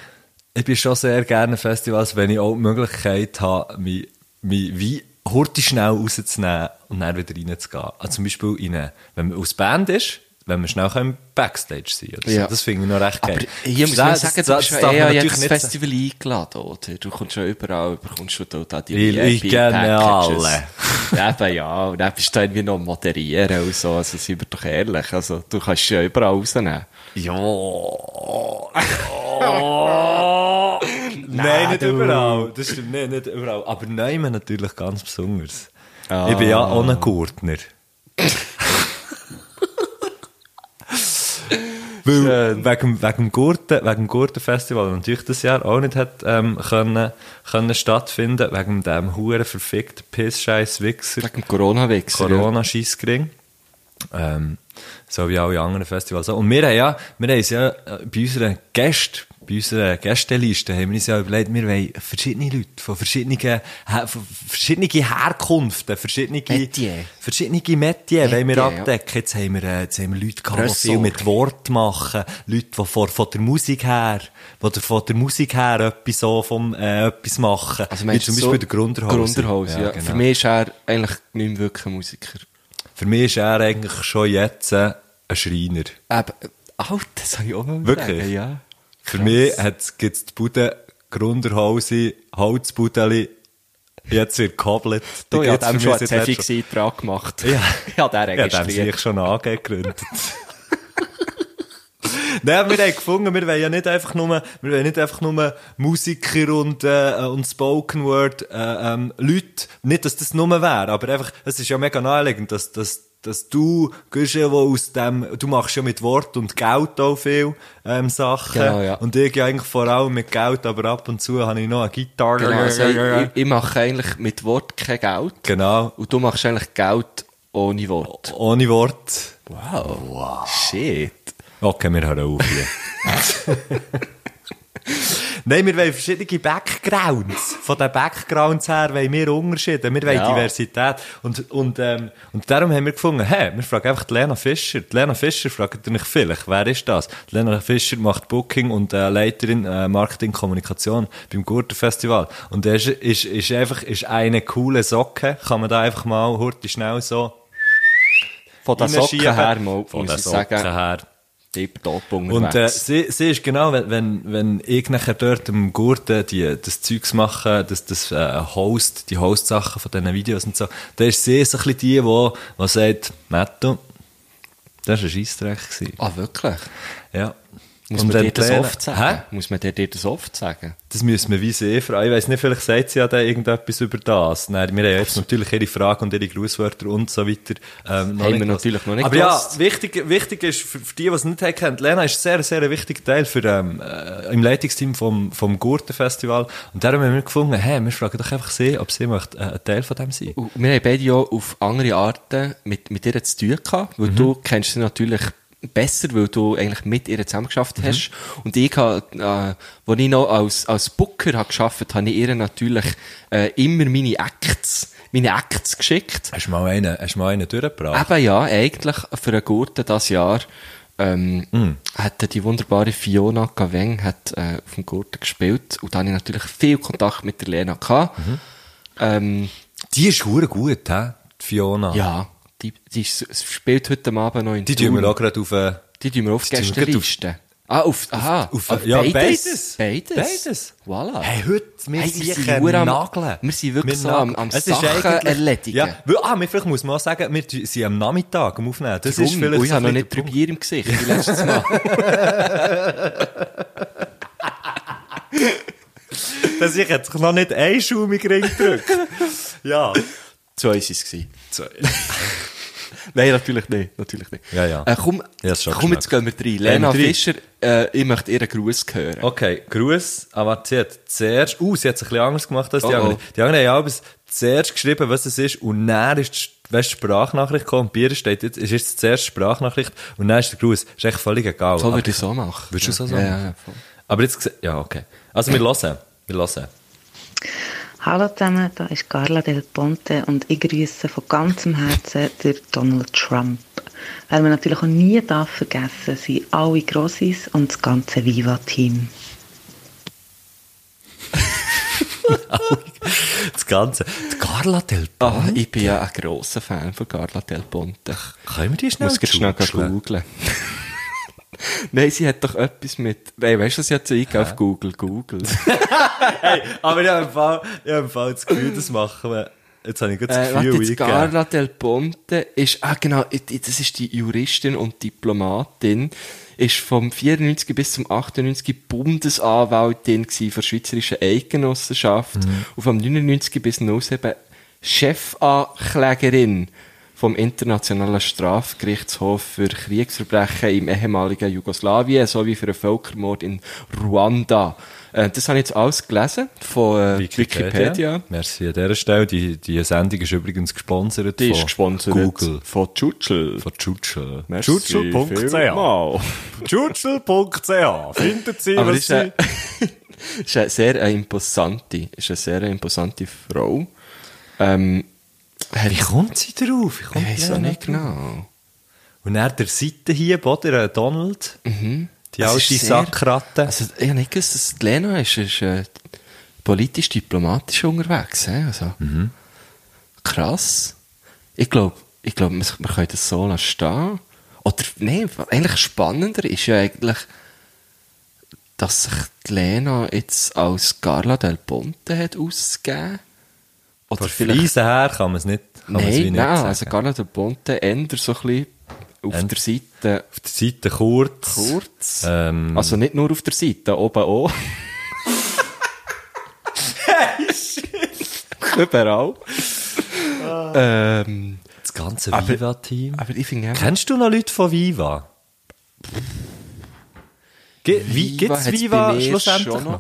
Speaker 2: ich bin schon sehr gerne an Festivals, wenn ich auch die Möglichkeit habe, mich, mich wie hurtig schnell rauszunehmen und dann wieder reinzugehen. Also zum Beispiel in eine, wenn man aus Band ist, wenn wir schnell können Backstage sein oder so.
Speaker 1: Ja.
Speaker 2: Das finde ich noch recht geil.
Speaker 1: Aber hier muss man
Speaker 2: Das-
Speaker 1: sagen, du
Speaker 2: das-
Speaker 1: bist ja
Speaker 2: das darf
Speaker 1: eh
Speaker 2: man
Speaker 1: an
Speaker 2: natürlich
Speaker 1: jedes
Speaker 2: nicht sagen.
Speaker 1: Festival eingeladen, oder? Du kommst schon überall, bekommst schon dort an die
Speaker 2: Weil ich kenne alle.
Speaker 1: alle. [laughs] Eben, ja. Und dann bist du irgendwie noch am moderieren und so. Also, sind wir doch ehrlich. Also, du kannst ja überall rausnehmen.
Speaker 2: Ja. nein, nicht
Speaker 1: du.
Speaker 2: überall. Das stimmt nicht, nicht überall. Aber nein, natürlich ganz besonders.
Speaker 1: Ah.
Speaker 2: Ich bin ja auch ein Gurtner. Weil wegen, wegen dem Gurten, wegen dem Gurtenfestival natürlich das Jahr auch nicht hat, ähm, können, können stattfinden, wegen dem huren verfickten Piss-Scheiß-Wichser.
Speaker 1: Wegen dem Corona-Wechsel.
Speaker 2: Corona-Scheissgring. Ähm, so wie alle anderen Festivals. auch. Und wir haben ja, wir haben uns ja äh, bei unseren Gästen, bei unserer Gästeliste haben wir uns ja überlegt, wir wollen verschiedene Leute von verschiedenen, Her- von verschiedenen Herkünften, verschiedene,
Speaker 1: Metier.
Speaker 2: verschiedene Metier, wollen wir
Speaker 1: Metier,
Speaker 2: abdecken. Jetzt haben wir, äh, jetzt haben wir Leute gehabt, die
Speaker 1: Ressort.
Speaker 2: viel mit Wort machen, Leute, die von, von der Musik her, die der- von der Musik her etwas, so vom, äh, etwas machen.
Speaker 1: Also,
Speaker 2: wie
Speaker 1: meinst
Speaker 2: zum
Speaker 1: du
Speaker 2: Beispiel
Speaker 1: so-
Speaker 2: der Grunderhauser.
Speaker 1: Grunderhauser, ja.
Speaker 2: genau.
Speaker 1: Für mich ist er eigentlich nicht mehr wirklich ein Musiker.
Speaker 2: Für mich ist er eigentlich schon jetzt äh, ein Schreiner.
Speaker 1: Aber, Alter, das habe ich auch mal
Speaker 2: Wirklich?
Speaker 1: Sagen, ja.
Speaker 2: Für mich hat's- gibt's die Bude Grunderhause, Holzbudeli, jetzt wird gekabelt. Die
Speaker 1: Du, ich
Speaker 2: gibt's
Speaker 1: habe dem
Speaker 2: für
Speaker 1: schon
Speaker 2: mich
Speaker 1: einen
Speaker 2: seit letztem-
Speaker 1: Zeffig-Eintrag gemacht. [laughs]
Speaker 2: Ja.
Speaker 1: Ich habe den
Speaker 2: Ja, dem
Speaker 1: registriert.
Speaker 2: sich schon angegründet. [laughs] Nein, wir haben gefunden, wir wollen ja nicht einfach nur, wir wollen nicht einfach nur Musiker und, äh, und Spoken Word, äh, ähm, Leute, nicht, dass das nur wäre, aber einfach, es ist ja mega naheliegend, dass, dass, dass du, gehst ja wo aus dem, du machst ja mit Wort und Geld auch viel, ähm, Sachen.
Speaker 1: Genau, ja.
Speaker 2: Und ich ja eigentlich vor allem mit Geld, aber ab und zu habe ich noch eine Gitarre.
Speaker 1: Genau, also ich, ich mache eigentlich mit Wort kein Geld.
Speaker 2: Genau.
Speaker 1: Und du machst eigentlich Geld ohne Wort.
Speaker 2: Ohne Wort.
Speaker 1: Wow. Shit.
Speaker 2: Okay, wir hören auf hier. [laughs] Nein, wir wollen verschiedene Backgrounds. Von den Backgrounds her wollen wir Unterschiede, wir wollen
Speaker 1: Ja.
Speaker 2: Diversität. Und, und, ähm, und darum haben wir gefunden, hey, wir fragen einfach die Lena Fischer. Die Lena Fischer fragt ihr nicht vielleicht, wer ist das? Die Lena Fischer macht Booking und äh, Leiterin äh, Marketing Kommunikation beim Gurtenfestival. Und er ist, ist, ist einfach ist eine coole Socke, kann man da einfach mal hurtig schnell so
Speaker 1: Von der Socken
Speaker 2: reinschieben.
Speaker 1: her, mal,
Speaker 2: Von
Speaker 1: muss
Speaker 2: der
Speaker 1: ich
Speaker 2: Socke
Speaker 1: sagen,
Speaker 2: her.
Speaker 1: tipptopp
Speaker 2: Und äh,
Speaker 1: unterwegs.
Speaker 2: sie, sie ist genau, wenn, wenn, wenn ich nachher dort am Gurten die, das Zeugs mache, das, das äh, Host, die Host-Sachen von diesen Videos und so, dann ist sie so ein bisschen die, die, die sagt, Netto, das war ein Scheissdreck. gewesen.»
Speaker 1: ah, wirklich?
Speaker 2: Ja.
Speaker 1: Muss
Speaker 2: Und
Speaker 1: man
Speaker 2: dann
Speaker 1: dir das
Speaker 2: die Lena-
Speaker 1: oft sagen?
Speaker 2: Hä?
Speaker 1: Muss man dir dir das oft sagen?
Speaker 2: Das müssen wir wie sie fragen. Ich weiss nicht, vielleicht sagt sie ja da irgendetwas über das. Nein, wir haben ja jetzt natürlich ihre Fragen und ihre Grußwörter und so weiter. Ähm,
Speaker 1: Haben
Speaker 2: nicht
Speaker 1: wir
Speaker 2: gehört.
Speaker 1: natürlich noch nicht
Speaker 2: Aber
Speaker 1: gehört.
Speaker 2: ja, wichtig, wichtig ist für, für die, die es nicht haben kennt, Lena ist sehr, sehr ein wichtiger Teil für, ähm, äh, im Leitungsteam vom, vom Gurtenfestival. Und darum haben wir gefunden, hey, wir fragen doch einfach sie, ob sie möchte, äh, ein Teil von dem sein.
Speaker 1: Und wir haben beide ja auf andere Arten mit, mit ihr zu tun gehabt, weil du kennst sie natürlich besser, weil du eigentlich mit ihr zusammengeschafft hast. Und ich habe, äh, wo ich noch als, als Booker habe geschafft, habe ich ihr natürlich äh, immer meine Acts, meine Acts geschickt.
Speaker 2: Hast du mal einen, hast du mal einen durchgebracht?
Speaker 1: Eben ja, eigentlich für einen Gurten das Jahr ähm, hat die wunderbare Fiona Gaveng hat, äh, auf dem Gurten gespielt und da hatte ich natürlich viel Kontakt mit der Lena. Gehabt. Ähm,
Speaker 2: Die ist hure gut, hä? Die Fiona.
Speaker 1: ja, die, die ist- spielt heute Abend noch in
Speaker 2: Die tun
Speaker 1: Thun.
Speaker 2: wir auch gerade auf, äh,
Speaker 1: Die tun wir auf die
Speaker 2: tun wir gerade auf-
Speaker 1: Gästeliste. Ah, auf, aha,
Speaker 2: auf- ja, beides.
Speaker 1: Beides.
Speaker 2: Beides.
Speaker 1: Voilà.
Speaker 2: Hey, heute, wir
Speaker 1: Hey,
Speaker 2: sind
Speaker 1: wir sind
Speaker 2: sicher
Speaker 1: nur am-
Speaker 2: nageln.
Speaker 1: wir sind wirklich so
Speaker 2: nageln.
Speaker 1: am- am
Speaker 2: Es ist
Speaker 1: Sachen
Speaker 2: eigentlich-
Speaker 1: erledigen.
Speaker 2: Ja, weil, ah, wir, vielleicht muss man auch sagen, wir tu- sind am Nachmittag am Aufnehmen. Das ist
Speaker 1: Drum,
Speaker 2: vielleicht
Speaker 1: oh, ich
Speaker 2: so
Speaker 1: habe noch
Speaker 2: ein
Speaker 1: nicht
Speaker 2: bisschen der
Speaker 1: Bier im
Speaker 2: [laughs]
Speaker 1: Gesicht, wie letztes Mal.
Speaker 2: Punkt. Dass ich jetzt noch nicht einen Schuh mit Ring
Speaker 1: [laughs]
Speaker 2: drücke. ja.
Speaker 1: Zwei war es. gewesen.
Speaker 2: [laughs]
Speaker 1: Nein, natürlich nicht. Natürlich nicht.
Speaker 2: Ja, ja.
Speaker 1: Äh, komm,
Speaker 2: Ja, ist schon
Speaker 1: komm jetzt gehen wir rein.
Speaker 2: Gehen wir
Speaker 1: Lena
Speaker 2: rein.
Speaker 1: Fischer, äh, ich möchte ihren Gruß hören.
Speaker 2: Okay, Gruß. Aber sie hat zuerst, uh, sie hat es ein bisschen anders gemacht als die
Speaker 1: Oh, oh.
Speaker 2: anderen. Die anderen haben alles zuerst geschrieben, was es ist, und dann ist weißt, Sprachnachricht kommt, Bier steht jetzt, ist jetzt zuerst Sprachnachricht und dann ist der Gruß. Ist echt völlig egal.
Speaker 1: Voll
Speaker 2: Aber,
Speaker 1: würde ich so machen.
Speaker 2: Würdest du so
Speaker 1: Ja,
Speaker 2: sagen?
Speaker 1: Ja, ja, voll.
Speaker 2: aber jetzt, gese- ja, okay. Also, wir hören. Wir hören.
Speaker 5: Hallo zusammen, da ist Carla Del Ponte und ich grüße von ganzem Herzen den Donald Trump. Weil man natürlich auch nie darf vergessen, sind alle Grossis und das ganze Viva-Team.
Speaker 2: Das Ganze. Die Carla Del
Speaker 1: Ah, ich bin ja ein grosser Fan von Carla Del Ponte.
Speaker 2: Können wir die
Speaker 1: Ich
Speaker 2: schnell
Speaker 1: muss jetzt schnell
Speaker 2: googeln?
Speaker 1: googeln. [laughs] Nein, sie hat doch etwas mit... Nein, weißt du, sie hat so eingegeben auf Google. Google.
Speaker 2: Hey, aber ich habe im Fall, ich habe im Fall das Gefühl, das machen wir. Jetzt habe ich gerade das
Speaker 1: äh, warte,
Speaker 2: Gefühl,
Speaker 1: jetzt
Speaker 2: eingegeben.
Speaker 1: Carla Del Ponte ist... Ah, genau, i- i- das ist die Juristin und Diplomatin. Ist vom 94 bis zum 98 Bundesanwältin gsi für Schweizerische Eidgenossenschaft
Speaker 2: Mhm.
Speaker 1: und vom 99 bis 07 Chefanklägerin vom Internationalen Strafgerichtshof für Kriegsverbrechen im ehemaligen Jugoslawien sowie für einen Völkermord in Ruanda. Äh, das habe ich jetzt alles gelesen von äh, Wikipedia.
Speaker 2: Merci an dieser Stelle. Die, die Sendung ist übrigens gesponsert
Speaker 1: Die
Speaker 2: von
Speaker 1: ist gesponsert
Speaker 2: Google.
Speaker 1: von Tschutschel.
Speaker 2: Von Jutschel.
Speaker 1: Merci
Speaker 2: Jutschel.ch. [laughs]
Speaker 1: vielmal.
Speaker 2: Jutschel.ch. Findet sie,
Speaker 1: Aber
Speaker 2: was
Speaker 1: ist
Speaker 2: sie...
Speaker 1: eine, [laughs] ist eine sehr äh, imposante, ist eine sehr imposante Frau. Ähm, hat,
Speaker 2: Wie
Speaker 1: ich
Speaker 2: kommt sie drauf? Wie kommt
Speaker 1: weiß
Speaker 2: die
Speaker 1: auch
Speaker 2: denn
Speaker 1: nicht
Speaker 2: drauf?
Speaker 1: genau.
Speaker 2: Und er der Seitenhieb, oder? Der Donald. Die
Speaker 1: Es
Speaker 2: alte
Speaker 1: Mhm. ist sehr-
Speaker 2: Sackratte.
Speaker 1: Also, ich habe nicht gewusst, dass die Lena ist, ist äh, politisch-diplomatisch unterwegs. hä? Also,
Speaker 2: Mhm.
Speaker 1: Krass. Ich glaube, ich glaub, man, man könnte das so lassen stehen. Oder, nein, eigentlich spannender ist ja eigentlich, dass sich die Lena jetzt als Carla del Ponte hat ausgegeben. Oder
Speaker 2: Von Fliesen her kann man es nicht, kann man es wie
Speaker 1: Nein,
Speaker 2: nicht
Speaker 1: nein,
Speaker 2: sagen.
Speaker 1: also Carla del Ponte ändert so ein bisschen auf
Speaker 2: Änder-
Speaker 1: der Seite
Speaker 2: Auf der Seite kurz.
Speaker 1: kurz.
Speaker 2: Ähm,
Speaker 1: Also nicht nur auf der Seite,
Speaker 2: [laughs]
Speaker 1: oben auch. Überall. ähm,
Speaker 2: das ganze
Speaker 1: Aber-
Speaker 2: Viva-Team.
Speaker 1: aber ich finde einfach,
Speaker 2: Kennst du noch Leute von Viva? Ge wie gibt es
Speaker 1: hat's bei
Speaker 2: Viva
Speaker 1: mir
Speaker 2: schlussendlich
Speaker 1: schon
Speaker 2: noch?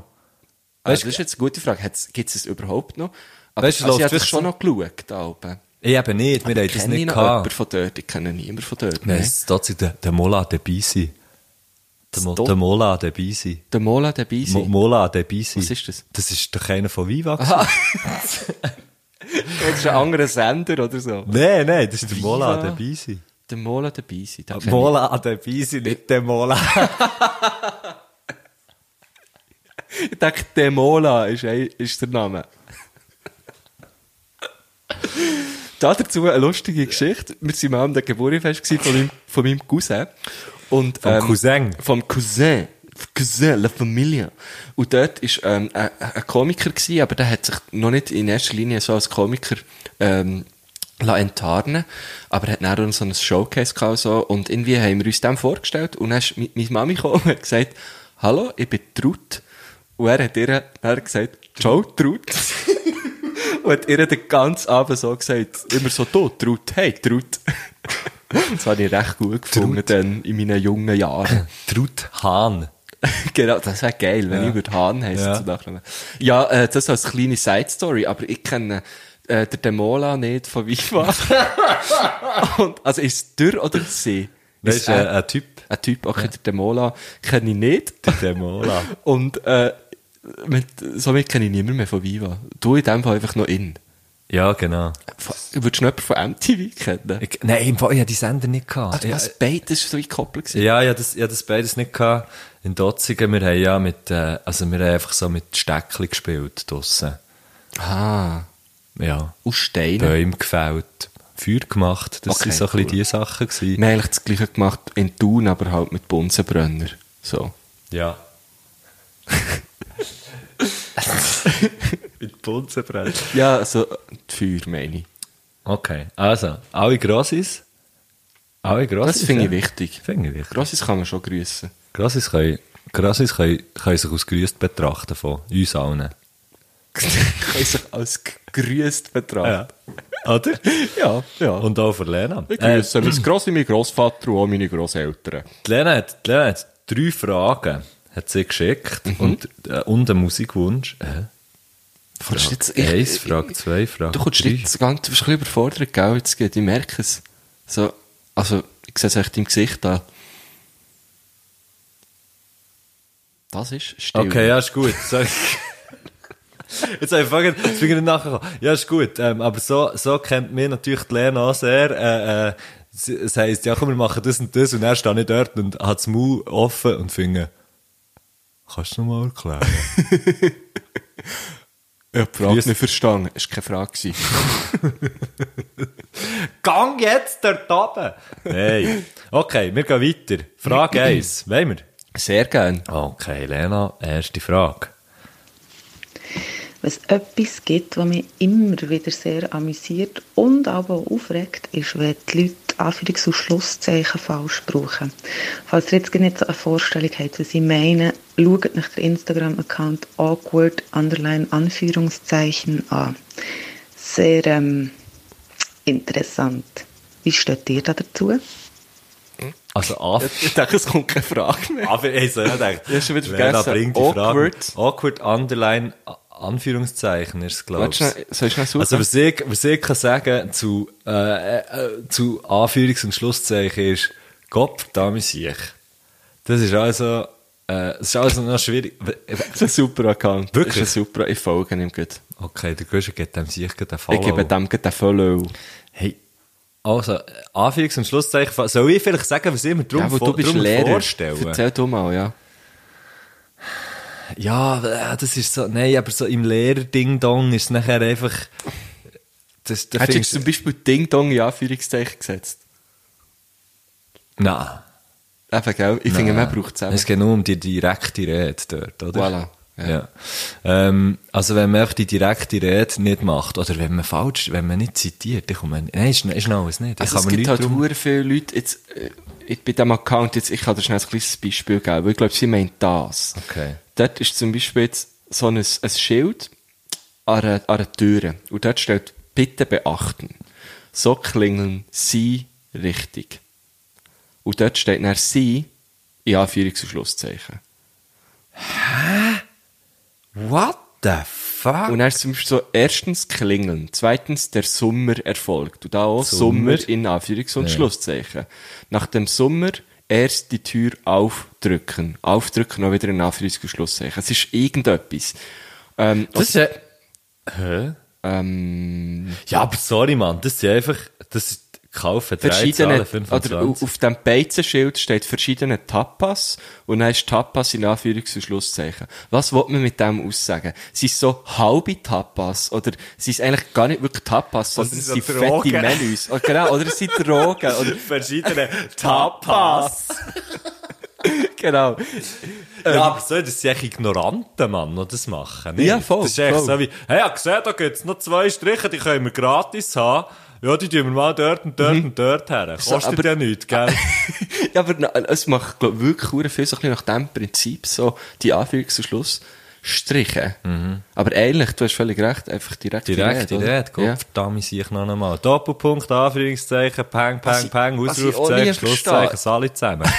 Speaker 1: Ah,
Speaker 2: Weißt
Speaker 1: das
Speaker 2: du-
Speaker 1: ist jetzt eine gute Frage. Gibt es es überhaupt noch? Aber
Speaker 2: Weißt du,
Speaker 1: also, ich
Speaker 2: läuft
Speaker 1: habe
Speaker 2: wirklich
Speaker 1: schon
Speaker 2: so-
Speaker 1: noch geschaut, da oben.
Speaker 2: Ich eben nicht, wir haben das
Speaker 1: Kenne ich
Speaker 2: nicht
Speaker 1: noch
Speaker 2: gehabt.
Speaker 1: jemanden von dort? Ich kenne niemanden von dort.
Speaker 2: Nein,
Speaker 1: ne?
Speaker 2: es ist trotzdem der, der Mola de Bisi. Der, Mo,
Speaker 1: Das Dom-
Speaker 2: der Mola de Bisi.
Speaker 1: Der Mola dabei
Speaker 2: Mo,
Speaker 1: sein.
Speaker 2: Mola de Bisi.
Speaker 1: Was ist das?
Speaker 2: Das ist doch einer von Viva.
Speaker 1: Das ist ein anderer Sender oder so.
Speaker 2: Nein, nein, das ist der Mola
Speaker 1: Viva.
Speaker 2: de Bisi.
Speaker 1: Der Mola dabei sein. den kenne ich.
Speaker 2: Mola de Bisi, nicht der Mola.
Speaker 1: Ich denke, Demola ist, ein- ist der Name. da dazu eine lustige Geschichte. Wir waren mal am Geburtstag gewesen von meinem, von meinem Cousin. Und, ähm,
Speaker 2: Vom Cousin.
Speaker 1: Vom Cousin. Cousin, La Familia. Und dort war ähm, ein, ein Komiker, gewesen, aber der hat sich noch nicht in erster Linie so als Komiker ähm, la enttarnen, aber er hat dann so ein Showcase gehabt und so, und irgendwie haben wir uns dem vorgestellt und dann ist mi- meine Mami gekommen und hat gesagt, hallo, ich bin Trut. Und er hat ihr dann gesagt, ciao Trut. und hat ihr den ganzen Abend so gesagt, immer so, du Trut, hey Trut. [laughs] das habe ich recht gut gefunden dann in meinen jungen [laughs] Jahren.
Speaker 2: Trud Hahn.
Speaker 1: genau, das wäre geil, wenn
Speaker 2: Ja.
Speaker 1: ich würde Hahn heissen
Speaker 2: Ja.
Speaker 1: zu Nachnamen. Ja, äh, das als kleine Side-Story, aber ich kenne äh, den Demola nicht von [laughs] Viva. Und, also ist es der oder sie?
Speaker 2: Das
Speaker 1: Ist
Speaker 2: ist äh, ein,
Speaker 1: er-
Speaker 2: ein Typ,
Speaker 1: ein Typ, okay, der Demola kenne ich nicht.
Speaker 2: der Mola.
Speaker 1: Und äh, mit, somit kenne ich niemanden mehr von Viva. Du in dem Fall einfach noch in.
Speaker 2: [laughs] Ja, genau.
Speaker 1: Würdest du noch jemanden von MTV kennen?
Speaker 2: Ich, äh, nein, im Fall, ich hatte die Sender nicht. Gehabt.
Speaker 1: Also,
Speaker 2: Ich-
Speaker 1: was, beides war so gekoppelt. gewesen.
Speaker 2: Ja, ja, das, ja, das beides nicht gehabt. In Dotzigen, wir haben ja mit, äh, also wir haben einfach so mit Steckli gespielt draussen.
Speaker 1: Ah,
Speaker 2: Ja.
Speaker 1: aus Steinen.
Speaker 2: Bäume gefällt, Feuer gemacht. Das
Speaker 1: Okay,
Speaker 2: sind so ein bisschen
Speaker 1: cool.
Speaker 2: die Sachen gewesen.
Speaker 1: Wir haben eigentlich das Gleiche gemacht in Thun, aber halt mit Bunsenbrenner. So.
Speaker 2: Ja. [laughs] mit Bunsenbrett.
Speaker 1: Ja, also, äh, die Feuer meine ich.
Speaker 2: Okay, also, alle Grossis. Alle Grossis.
Speaker 1: Das finde ich
Speaker 2: ja.
Speaker 1: wichtig.
Speaker 2: Finde ich wichtig.
Speaker 1: Grosses kann man schon
Speaker 2: [laughs]
Speaker 1: grüssen.
Speaker 2: Grossis können, Grossis können, können sich als grüßt betrachten von uns allen.
Speaker 1: kann ich sich als g- grüsst betrachten.
Speaker 2: Oder?
Speaker 1: Ja, ja.
Speaker 2: Und auch für Lena.
Speaker 1: ich
Speaker 2: Äh,
Speaker 1: grüße mein Grossi, mein Grossvater und auch meine Grosseltern.
Speaker 2: Die Lena hat, die Lena hat
Speaker 1: Mhm.
Speaker 2: drei Fragen hat sie geschickt und, äh, und einen Musikwunsch. Äh,
Speaker 1: kommst jetzt- ich-
Speaker 2: Eins,
Speaker 1: ich-
Speaker 2: Frage zwei, Frage
Speaker 1: Du kommst
Speaker 2: drei.
Speaker 1: jetzt ganz, du bist ein bisschen überfordert, gell? Jetzt geht, ich merke es. So, also, ich sehe es echt im Gesicht an. Das ist still.
Speaker 2: Okay, ja, ist gut. [laughs] Sorry. Jetzt einfach ich jetzt bin ich nicht nachgekommen. Ja, ist gut. Ähm, aber so, so kennt mir natürlich die Lena auch sehr. Äh, äh, sie- es heisst, ja komm, wir machen das und das und er steht nicht dort und hat das Maul offen und finde, kannst du noch mal erklären?
Speaker 1: Ich hab die Frage
Speaker 2: Grüß-
Speaker 1: nicht verstanden. Es war keine Frage. gewesen.
Speaker 2: [laughs] Gang jetzt dort oben! Hey. Okay, wir gehen weiter. Frage 1. Wollen wir?
Speaker 1: Sehr gern.
Speaker 2: Okay, Lena, erste Frage.
Speaker 5: Wenn es etwas gibt, was mich immer wieder sehr amüsiert und aber auch aufregt, ist, wenn die Leute Anführungs- und Schlusszeichen falsch brauchen. Falls ihr jetzt gar nicht so eine Vorstellung habt, was ich meine, schaut nach der Instagram-Account awkward underline Anführungszeichen an. Sehr ähm, interessant. Wie steht ihr da dazu?
Speaker 2: [laughs] Also, Anf
Speaker 1: Ich denke, es kommt keine Frage mehr.
Speaker 2: Aber ich soll nicht denken.
Speaker 1: Ja, schon wieder
Speaker 2: Lena
Speaker 1: vergessen.
Speaker 2: bringt die
Speaker 1: Awkward.
Speaker 2: Fragen. Awkward underline A- Anführungszeichen ist es, glaube
Speaker 1: Warte,
Speaker 2: ich.
Speaker 1: schnell- soll ich schnell suchen?
Speaker 2: Also was ich, was ich kann sagen zu, äh, äh, zu Anführungs- und Schlusszeichen ist, Gott, da muss ich. Das ist also, äh, das ist also noch schwierig.
Speaker 1: [laughs] Das ist ein super Account.
Speaker 2: Wirklich?
Speaker 1: Das ist ein super, ich folge ihm gut.
Speaker 2: Okay, der Guschen gibt dem sicher den Fall.
Speaker 1: Ich gebe dem gerade den Follow.
Speaker 2: Hey, also, äh, Anführungs- und Schlusszeichen, soll ich vielleicht sagen, was ich mir drum,
Speaker 1: Ja, wo
Speaker 2: vor-
Speaker 1: du bist
Speaker 2: drum
Speaker 1: Lehrer.
Speaker 2: vorstelle?
Speaker 1: Erzähl du mal, ja.
Speaker 2: Ja, äh, das ist so, nein, aber so im Lehrer-Ding-Dong ist es nachher einfach, das, da
Speaker 1: Hättest du jetzt
Speaker 2: findest
Speaker 1: zum Beispiel Ding Dong in Anführungszeichen gesetzt?
Speaker 2: Nein.
Speaker 1: Eben, gell? Ich finde, man braucht es eben.
Speaker 2: Es geht nur um die direkte Rede dort, oder?
Speaker 1: Voilà,
Speaker 2: Ja.
Speaker 1: ja.
Speaker 2: Ähm, also wenn man einfach die direkte Rede nicht macht, oder wenn man falsch, wenn man nicht zitiert, dann kommt man, nein, ist, ist noch alles nicht. Ich
Speaker 1: Also es
Speaker 2: kann mir
Speaker 1: gibt
Speaker 2: nichts
Speaker 1: halt
Speaker 2: drum-
Speaker 1: drum... viele Leute, jetzt, äh, ich- bei diesem Account, jetzt, ich kann dir schnell ein kleines Beispiel geben, weil ich glaube, sie meint das.
Speaker 2: Okay.
Speaker 1: Dort ist zum Beispiel jetzt so ein, ein Schild an einer, an einer Tür und dort steht, bitte beachten, so klingeln Sie richtig. Und dort steht dann Sie in Anführungs- und Schlusszeichen.
Speaker 2: What the fuck?
Speaker 1: Und dann ist zum Beispiel so, erstens klingeln, zweitens der Sommer erfolgt. Und da auch Sommer,
Speaker 2: Sommer.
Speaker 1: in Anführungs- und
Speaker 2: Ja.
Speaker 1: Schlusszeichen. Nach dem Sommer erst die Tür aufdrücken. Aufdrücken, auch wieder in Anführungs- und Schlusszeichen. Es ist irgendetwas. Ähm,
Speaker 2: das
Speaker 1: also,
Speaker 2: ist ja... Hä?
Speaker 1: ähm,
Speaker 2: Ja, aber sorry, Mann, das ist einfach, das ist kaufen, drei Zahlen,
Speaker 1: verschiedene, oder
Speaker 2: 25.
Speaker 1: au- auf dem Beizenschild steht verschiedene Tapas und dann ist Tapas in Anführungs- und Schlusszeichen. Was will man mit dem aussagen? Sind es so halbe Tapas oder sind es eigentlich gar nicht wirklich Tapas, sondern
Speaker 2: sind
Speaker 1: es
Speaker 2: so
Speaker 1: sind fette
Speaker 2: Drogen.
Speaker 1: Menüs? Oder, genau, oder
Speaker 2: [laughs]
Speaker 1: es sind Drogen. Oder,
Speaker 2: verschiedene Tapas.
Speaker 1: genau.
Speaker 2: Ja, aber so, das sind echt Ignoranten, Mann, die das machen. nicht?
Speaker 1: Ja, voll,
Speaker 2: Das ist echt
Speaker 1: voll.
Speaker 2: so wie, hey, ja, gesehen, da gibt's noch zwei Striche, die können wir gratis haben. Ja, die tun wir mal dort und dort und dort her. Kostet
Speaker 1: Mhm. aber-
Speaker 2: ja nichts, gell?
Speaker 1: Ja, aber na- es macht glaub, wirklich hure viel so ein bisschen nach dem Prinzip so die Anführungs- und Schlussstriche. Aber eigentlich, du hast völlig recht, einfach [laughs] direkt
Speaker 2: Mhm. Direkt,
Speaker 1: oder?
Speaker 2: direkt, Gott,
Speaker 1: Ja.
Speaker 2: verdammt, ich ich noch einmal. Doppelpunkt, Anführungszeichen, Peng,
Speaker 1: Was
Speaker 2: Peng,
Speaker 1: ich-
Speaker 2: Peng,
Speaker 1: was ich auch nie
Speaker 2: Ausrufzeichen, Schlusszeichen,
Speaker 1: verstehe.
Speaker 2: Sali
Speaker 1: [laughs]
Speaker 2: zusammen.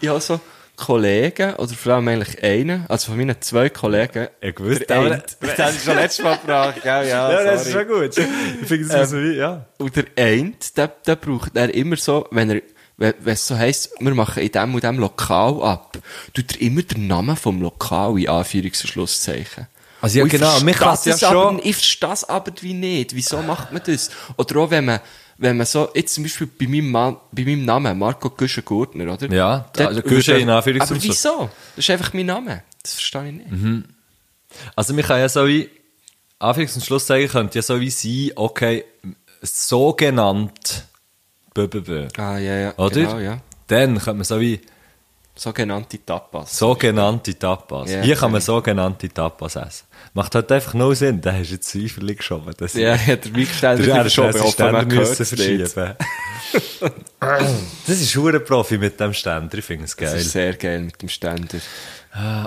Speaker 1: Ich habe so Kollegen, oder vor allem eigentlich einen, also von meinen zwei Kollegen.
Speaker 2: Ich wusste,
Speaker 1: der eine-
Speaker 2: aber-
Speaker 1: Das habe ich schon letztes Mal gefragt, ja, ja,
Speaker 2: ja, das
Speaker 1: Ah, sorry.
Speaker 2: ist schon
Speaker 1: [laughs]
Speaker 2: gut. Ich finde, das ist so wie, ja.
Speaker 1: Und der Eint, der, der braucht er immer so, wenn er, wenn wenn es so heisst, wir machen in dem und dem Lokal ab, tut er immer den Namen vom Lokal in Anführungs- und Schlusszeichen.
Speaker 2: Also ja,
Speaker 1: Und ich
Speaker 2: genau,
Speaker 1: verstehe
Speaker 2: mich lässt
Speaker 1: das
Speaker 2: ja
Speaker 1: aber,
Speaker 2: schon-
Speaker 1: Ich verstehe das aber wie nicht. Wieso macht man das? Oder auch wenn man, wenn man so, jetzt zum Beispiel bei meinem, Mann, bei meinem Namen, Marco Güschen-Gurtner, oder?
Speaker 2: Ja,
Speaker 1: Dort-
Speaker 2: also Güschen in Anführungs-
Speaker 1: Aber
Speaker 2: und Schluss-
Speaker 1: wieso? Das ist einfach mein Name. Das verstehe ich nicht.
Speaker 2: Mhm. Also man kann ja so wie, Anführungs- und Schlusszeichen könnte ja so wie sein, okay, sogenannt, b, b, b.
Speaker 1: Ah, ja, ja.
Speaker 2: Oder?
Speaker 1: Genau, ja.
Speaker 2: Dann könnte man so wie
Speaker 1: Sogenannte Tapas.
Speaker 2: sogenannte Tapas.
Speaker 1: Ja,
Speaker 2: Hier kann man
Speaker 1: kenn ich.
Speaker 2: sogenannte Tapas essen. Macht halt einfach null Sinn. Da hast du jetzt Zweifel geschoben. Das
Speaker 1: Ja, ja, der Mike-Ständer
Speaker 2: Der
Speaker 1: hat schon
Speaker 2: Ständer
Speaker 1: beobachten
Speaker 2: müssen
Speaker 1: können.
Speaker 2: verschieben. [laughs] das ist hure Profi mit dem Ständer. Ich finde es
Speaker 1: Das
Speaker 2: geil.
Speaker 1: ist sehr geil mit dem Ständer.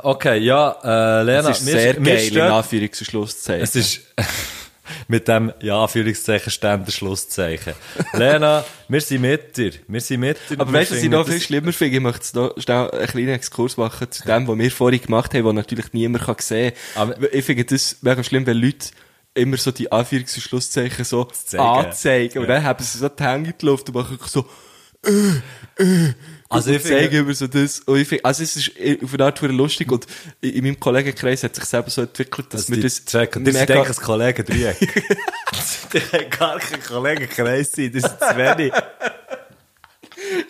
Speaker 2: Okay, ja, äh, Lena,
Speaker 1: Das ist sehr
Speaker 2: mir
Speaker 1: geil, in
Speaker 2: stört-
Speaker 1: Anführungs- und Schlusszeichen.
Speaker 2: Es ist. [laughs] mit dem, ja, Anführungszeichen, Ständer, Schlusszeichen. Lena, wir sind mit dir. Wir sind mit dir.
Speaker 1: Aber
Speaker 2: Wir
Speaker 1: weißt du, was ich
Speaker 2: finden
Speaker 1: noch
Speaker 2: das-
Speaker 1: viel schlimmer finde? Ich möchte jetzt noch schnell einen kleinen Exkurs machen zu dem, was wir vorhin gemacht haben, was natürlich niemand kann sehen kann.
Speaker 2: Aber-
Speaker 1: Ich finde das mega schlimm, wenn Leute immer so die Anführungs- und Schlusszeichen so
Speaker 2: zeigen.
Speaker 1: anzeigen. Und dann haben sie so die Hänge in die Luft und machen so,
Speaker 2: Also, ich
Speaker 1: zeige
Speaker 2: finde,
Speaker 1: immer so das. Und ich finde, also es ist auf eine Art verdammt lustig und in in meinem Kollegenkreis hat sich selber so entwickelt, dass
Speaker 2: dass
Speaker 1: wir
Speaker 2: wir
Speaker 1: das
Speaker 2: checken. Das ist
Speaker 1: mega-
Speaker 2: eigentlich ein [laughs] Kollegen-Dreieck. Das kann gar kein Kollegenkreis sein. Das ist zu wenig.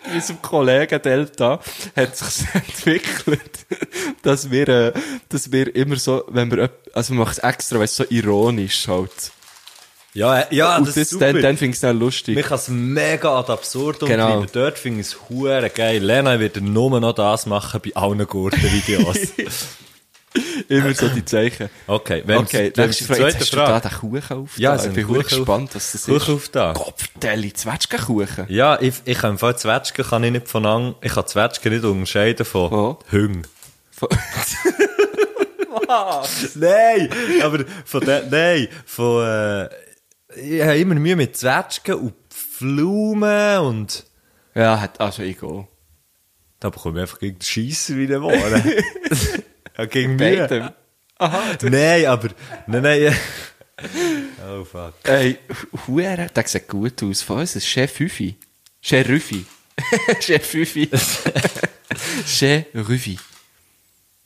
Speaker 1: in unserem Kollegen Delta hat sich [laughs] entwickelt, dass wir, äh, dass wir immer so, wenn wir, öp- also man macht es extra, weißt du, so ironisch halt.
Speaker 2: Ja, äh, ja,
Speaker 1: Und
Speaker 2: das,
Speaker 1: das,
Speaker 2: ist super.
Speaker 1: dann, dann finde ich es dann
Speaker 2: Man
Speaker 1: lustig.
Speaker 2: kann es mega ad absurdum
Speaker 1: Genau.
Speaker 2: treiben. Dort finde ich es hure geil. Lena wird nur noch das machen bei allen
Speaker 1: [laughs]
Speaker 2: Gurten-Videos.
Speaker 1: Immer so
Speaker 2: [laughs]
Speaker 1: die Zeichen.
Speaker 2: Okay, wenn
Speaker 1: Okay,
Speaker 2: wenn
Speaker 1: nächste Frage. Jetzt hast du da
Speaker 2: Frage.
Speaker 1: den Kuchen auf.
Speaker 2: Ja, es
Speaker 1: ich
Speaker 2: sind
Speaker 1: bin wirklich
Speaker 2: Kuchen auf-
Speaker 1: gespannt, was das
Speaker 2: Kuchen
Speaker 1: ist.
Speaker 2: auf da.
Speaker 1: Kopfdeli, Zwetschgenkuchen.
Speaker 2: Ja, ich, ich kann im Fall Zwetschgen kann ich nicht von an, ich kann Zwetschgen nicht unterscheiden von
Speaker 1: Oh.
Speaker 2: Hüng.
Speaker 1: Von- [laughs]
Speaker 2: nein, aber von der, nein, von, äh, ich habe immer Mühe mit Zwetschgen und Pflaumen und
Speaker 1: Ja, hat, also ich gehe.
Speaker 2: da bekomme ich einfach gegen den Scheisser wieder wohnen.
Speaker 1: [laughs]
Speaker 2: ja, gegen mich.
Speaker 1: Beidem.
Speaker 2: Nein, aber, nein, nein. oh fuck.
Speaker 1: Ey, Huere, der sieht gut aus. Von uns ist Chef Hüffi. Chef Rüffi. [laughs]
Speaker 2: [laughs]
Speaker 1: Chef Hüffi. Chef Rüffi.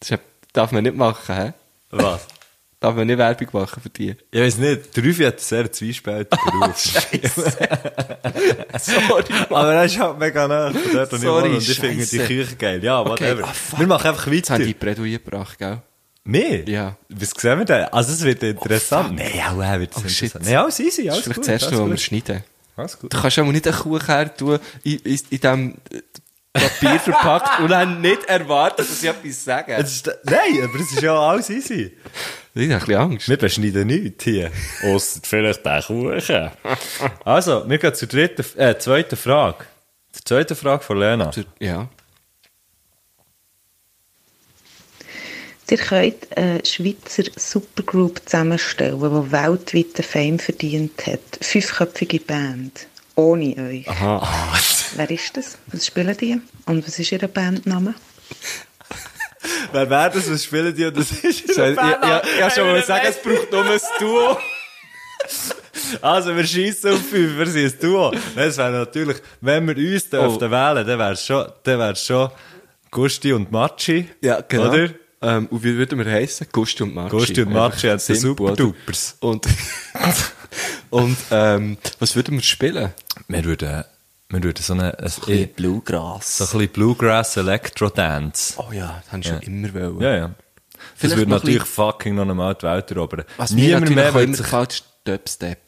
Speaker 1: Das ist- darf man nicht machen, hä?
Speaker 2: Was?
Speaker 1: Darf man nicht Werbung machen
Speaker 2: [laughs]
Speaker 1: für die?
Speaker 2: Ich weiß nicht, der Rüffi hat einen sehr zwiespältigen Beruf.
Speaker 1: [laughs] Sorry, Mann.
Speaker 2: Aber er ist halt mega nah. von Dort, wo ich
Speaker 1: Sorry,
Speaker 2: wohne. und ich finde die
Speaker 1: Scheisse.
Speaker 2: Küche geil. Ja,
Speaker 1: Okay,
Speaker 2: whatever.
Speaker 1: ah, fuck.
Speaker 2: wir machen einfach
Speaker 1: Jetzt haben
Speaker 2: weiter.
Speaker 1: die Predu gebracht, gell?
Speaker 2: Wir?
Speaker 1: Ja.
Speaker 2: Was sehen wir denn? Also, es wird interessant. Nein, ja, wow, wird es
Speaker 1: Oh, shit.
Speaker 2: interessant. Nein, alles easy,
Speaker 1: Das
Speaker 2: alles
Speaker 1: ist vielleicht
Speaker 2: gut.
Speaker 1: das erste, was wir
Speaker 2: alles gut.
Speaker 1: schneiden.
Speaker 2: Alles gut.
Speaker 1: Du kannst ja mal nicht einen Kuchen her tun, in, in, in diesem eh, Papier verpackt und dann nicht erwarten, dass ich etwas sage.
Speaker 2: Es ist, äh, nein, aber es ist ja alles easy.
Speaker 1: Ich habe ein bisschen Angst.
Speaker 2: Wir beschneiden nichts hier. Ausser vielleicht den Kuchen. Also, wir gehen zur dritten, äh, zweiten Frage. Zur zweiten Frage von Lena.
Speaker 1: Ja.
Speaker 5: Ihr könnt eine Schweizer Supergroup zusammenstellen, die weltweiten Fame verdient hat. Fünfköpfige Band. Ohne euch.
Speaker 2: Aha.
Speaker 5: Wer ist das? Was spielen die? Und was ist ihr Bandname?
Speaker 2: Wer wäre das? Was spielen die? Und Das ist [laughs]
Speaker 1: Ich habe schon mal sagen, es braucht nur ein Duo.
Speaker 2: Also, wir schießen auf fünf, wir sind ein Duo. Nein, Es wäre natürlich, wenn wir uns dürften wählen, dann wäre es schon, dann wär's schon Gusti und Matschi.
Speaker 1: Ja, genau.
Speaker 2: Oder?
Speaker 1: Ähm, und wie würden wir heißen? Gusti und Matschi.
Speaker 2: Gusti und Matschi haben
Speaker 1: Einfach
Speaker 2: den
Speaker 1: simpel, oder?
Speaker 2: Superdupers.
Speaker 1: Und, [laughs] und ähm, was würden wir spielen?
Speaker 2: Wir würden, wir würden so eine, ein, so ein
Speaker 1: Bluegrass.
Speaker 2: bisschen Bluegrass Electro Dance.
Speaker 1: Oh ja, das haben schon immer wollen.
Speaker 2: Ja, ja.
Speaker 1: Vielleicht
Speaker 2: das würde
Speaker 1: noch
Speaker 2: natürlich
Speaker 1: ein
Speaker 2: fucking noch einmal die Welt erobern.
Speaker 1: Was mir
Speaker 2: Niemand
Speaker 1: natürlich
Speaker 2: mehr
Speaker 1: mehr
Speaker 2: würde
Speaker 1: immer
Speaker 2: sich halt
Speaker 1: gefällt, ist Dubstep.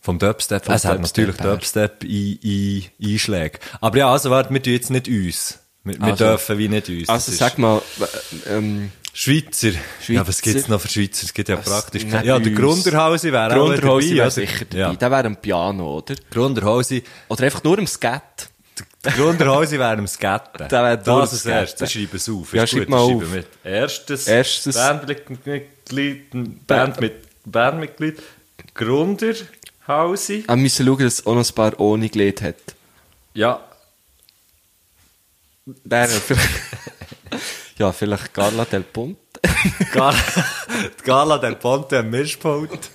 Speaker 2: vom Dubstep,
Speaker 1: Vom
Speaker 2: es hat
Speaker 1: Dubstep
Speaker 2: natürlich
Speaker 1: her.
Speaker 2: Dubstep ein, ein, Einschläge. Aber ja, also warte, wir tun jetzt nicht uns. Wir, wir
Speaker 1: Also.
Speaker 2: dürfen wie nicht uns.
Speaker 1: Also
Speaker 2: Das ist-
Speaker 1: sag mal, ähm,
Speaker 2: Schweizer. Ja, was gibt es noch für Schweizer? Es gibt ja praktisch keine. Ja, der Grunderhausi wäre auch
Speaker 1: Grunderhausi wäre
Speaker 2: oder?
Speaker 1: sicher dabei.
Speaker 2: Ja.
Speaker 1: Der wäre am Piano, oder?
Speaker 2: Grunderhausi.
Speaker 1: Oder einfach nur am Skat.
Speaker 2: Der Grunderhausi wäre am Skaten.
Speaker 1: Der wäre nur am
Speaker 2: das als
Speaker 1: Skaten.
Speaker 2: erstes. Schreib es auf.
Speaker 1: Ja,
Speaker 2: Ist
Speaker 1: schreib
Speaker 2: gut,
Speaker 1: mal
Speaker 2: schreibe
Speaker 1: auf.
Speaker 2: Mit. Erstes,
Speaker 1: Erstes-
Speaker 2: Bandmitglied, Bandmit, Bandmitglied, Grunderhausi.
Speaker 1: Ähm, Wir müssen schauen, dass auch noch ein paar ohne gelegt hat.
Speaker 2: Ja.
Speaker 1: Der, vielleicht. [laughs] ja, vielleicht Carla Del Ponte.
Speaker 2: Gala, die [laughs] Gala del Ponte am Mischpult.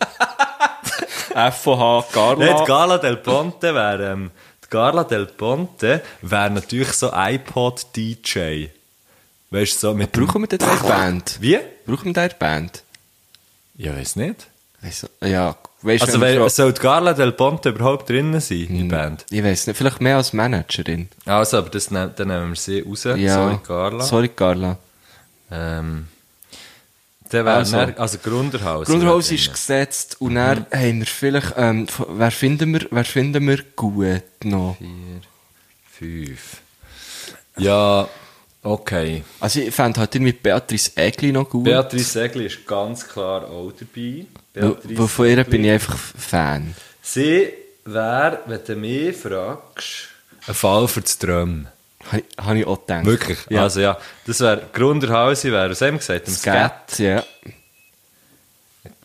Speaker 1: FOH
Speaker 2: Nein, die
Speaker 1: Carla.
Speaker 2: Gala del Ponte wäre, ähm, die Gala del Ponte wäre natürlich so iPod-DJ. Weißt du, so mit. dem-
Speaker 1: Brauchen wir denn eine Band?
Speaker 2: Wie?
Speaker 1: Brauchen wir da eine Band?
Speaker 2: Ja, weiß nicht.
Speaker 1: Weiss, Also, ja, weißt
Speaker 2: Also, wer, soll die Gala del Ponte überhaupt drinnen sein, die Band?
Speaker 1: Ich weiß nicht, vielleicht mehr als Managerin.
Speaker 2: Mhm. Also, aber das ne dann nehmen wir sie raus.
Speaker 1: Ja.
Speaker 2: Sorry, Gala.
Speaker 1: Sorry, Carla.
Speaker 2: Ähm, der wäre
Speaker 1: Also.
Speaker 2: also. also Grunderhaus.
Speaker 1: Grundhaus ist
Speaker 2: drin.
Speaker 1: gesetzt und dann
Speaker 2: Mhm.
Speaker 1: haben wir vielleicht, ähm, von- wer finden wir, wer finden wir gut noch?
Speaker 2: Fünf. Ja, okay.
Speaker 1: Also ich fände halt irgendwie Beatrice Egli noch gut.
Speaker 2: Beatrice Segli ist ganz klar auch dabei.
Speaker 1: Weil- weil von ihr
Speaker 2: Egli.
Speaker 1: bin ich einfach Fan.
Speaker 2: Sie wäre, wenn du mich fragst, ein Fall für das Träumen.
Speaker 1: Habe ich, hab ich auch gedacht.
Speaker 2: Wirklich?
Speaker 1: Ja.
Speaker 2: Also ja, das wäre Grunderhausi, wäre, was haben wir gesagt? Am
Speaker 1: Skat, ja.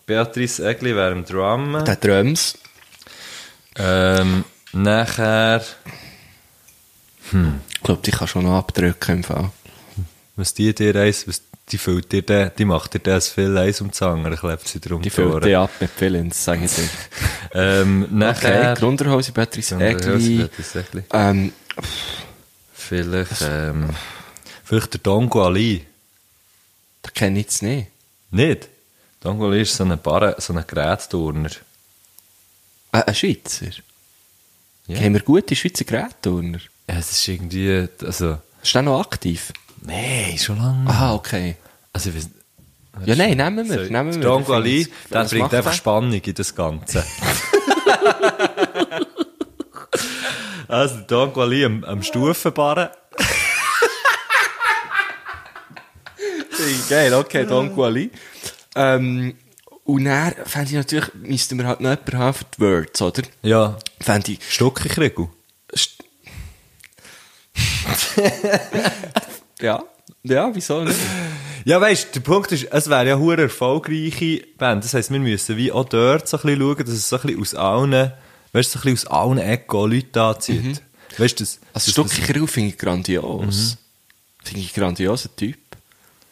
Speaker 2: Beatrice Egli wäre im Drum.
Speaker 1: Der Drums.
Speaker 2: Ähm, nachher,
Speaker 1: Ich glaube, die kann schon noch abdrücken im Fall.
Speaker 2: was die dir eins, was die füllt dir den, die macht dir das viel eins um die andere, klebt sie drum
Speaker 1: Die füllt die ab mit Villains, sage ich dir.
Speaker 2: Ähm,
Speaker 1: Okay,
Speaker 2: nachher,
Speaker 1: Grunderhose, Patrice
Speaker 2: Grunderhose,
Speaker 1: Egli.
Speaker 2: Patrice Egli.
Speaker 1: Ähm,
Speaker 2: vielleicht, ähm, vielleicht der Dongo Ali.
Speaker 1: da kenne ich es nicht.
Speaker 2: Nicht? Dongo Ali ist so ein Barre, so ein Gerätturner.
Speaker 1: Äh, ein Schweizer.
Speaker 2: Ja.
Speaker 1: Haben wir gute Schweizer Gerätturner?
Speaker 2: Es ist irgendwie, also,
Speaker 1: Ist der noch aktiv?
Speaker 2: nee, schon lange.
Speaker 1: Ah, okay.
Speaker 2: Also, ich weiß-
Speaker 1: Ja, nein, nehmen wir.
Speaker 2: Der
Speaker 1: Nehmen wir.
Speaker 2: Don Ali,
Speaker 1: Was
Speaker 2: der
Speaker 1: macht
Speaker 2: bringt einfach
Speaker 1: der?
Speaker 2: Spannung in das
Speaker 1: [laughs]
Speaker 2: Ganze. also, der Don Ali am, am Stufenbarren.
Speaker 1: Geil, okay, Don Quali. Ähm, und dann fände ich natürlich, müssten wir halt noch jemanden haben für die Words, oder?
Speaker 2: Ja,
Speaker 1: Fände ich,
Speaker 2: Stuckenkriegel.
Speaker 1: ja, ja, wieso nicht?
Speaker 2: Ja, weißt, der Punkt ist, es wäre ja hure erfolgreiche Band. Das heisst, wir müssen wie auch dort so ein bisschen schauen, dass es so ein bisschen aus allen, weißt, so ein bisschen aus allen Ecken auch Leute anzieht. Weißt du, das,
Speaker 1: Mhm. Also
Speaker 2: das-
Speaker 1: Stucki Krill finde ich
Speaker 2: Mhm.
Speaker 1: grandios. Finde ich grandioser Typ.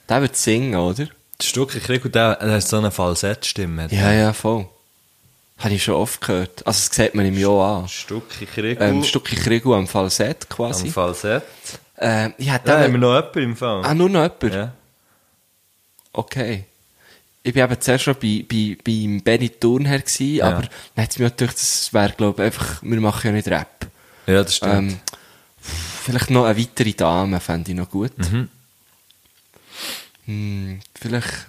Speaker 1: Der wird singen, oder?
Speaker 2: das Stuckenkriegel, der, der hat so eine Falsettstimme.
Speaker 1: Ja, ja, voll. Habe ich schon oft gehört. Also das sieht man im Jahr an.
Speaker 2: Stuckenkriegel
Speaker 1: Ähm, Stucki Krill am Falsett
Speaker 2: am
Speaker 1: quasi.
Speaker 2: Falsett.
Speaker 1: Ähm, ich hätte
Speaker 2: Da
Speaker 1: auch-
Speaker 2: haben wir noch jemanden im Fall.
Speaker 1: Ah, nur noch jemand?
Speaker 2: Ja.
Speaker 1: Okay. Ich war eben zuerst schon bei, bei, beim Benny Turner, gewesen,
Speaker 2: Ja.
Speaker 1: aber dann hat es mir gedacht, das wäre, glaube ich, einfach, wir machen ja nicht Rap.
Speaker 2: ja, das stimmt.
Speaker 1: Ähm, vielleicht noch eine weitere Dame fände ich noch gut.
Speaker 2: Mhm.
Speaker 1: Hm, vielleicht,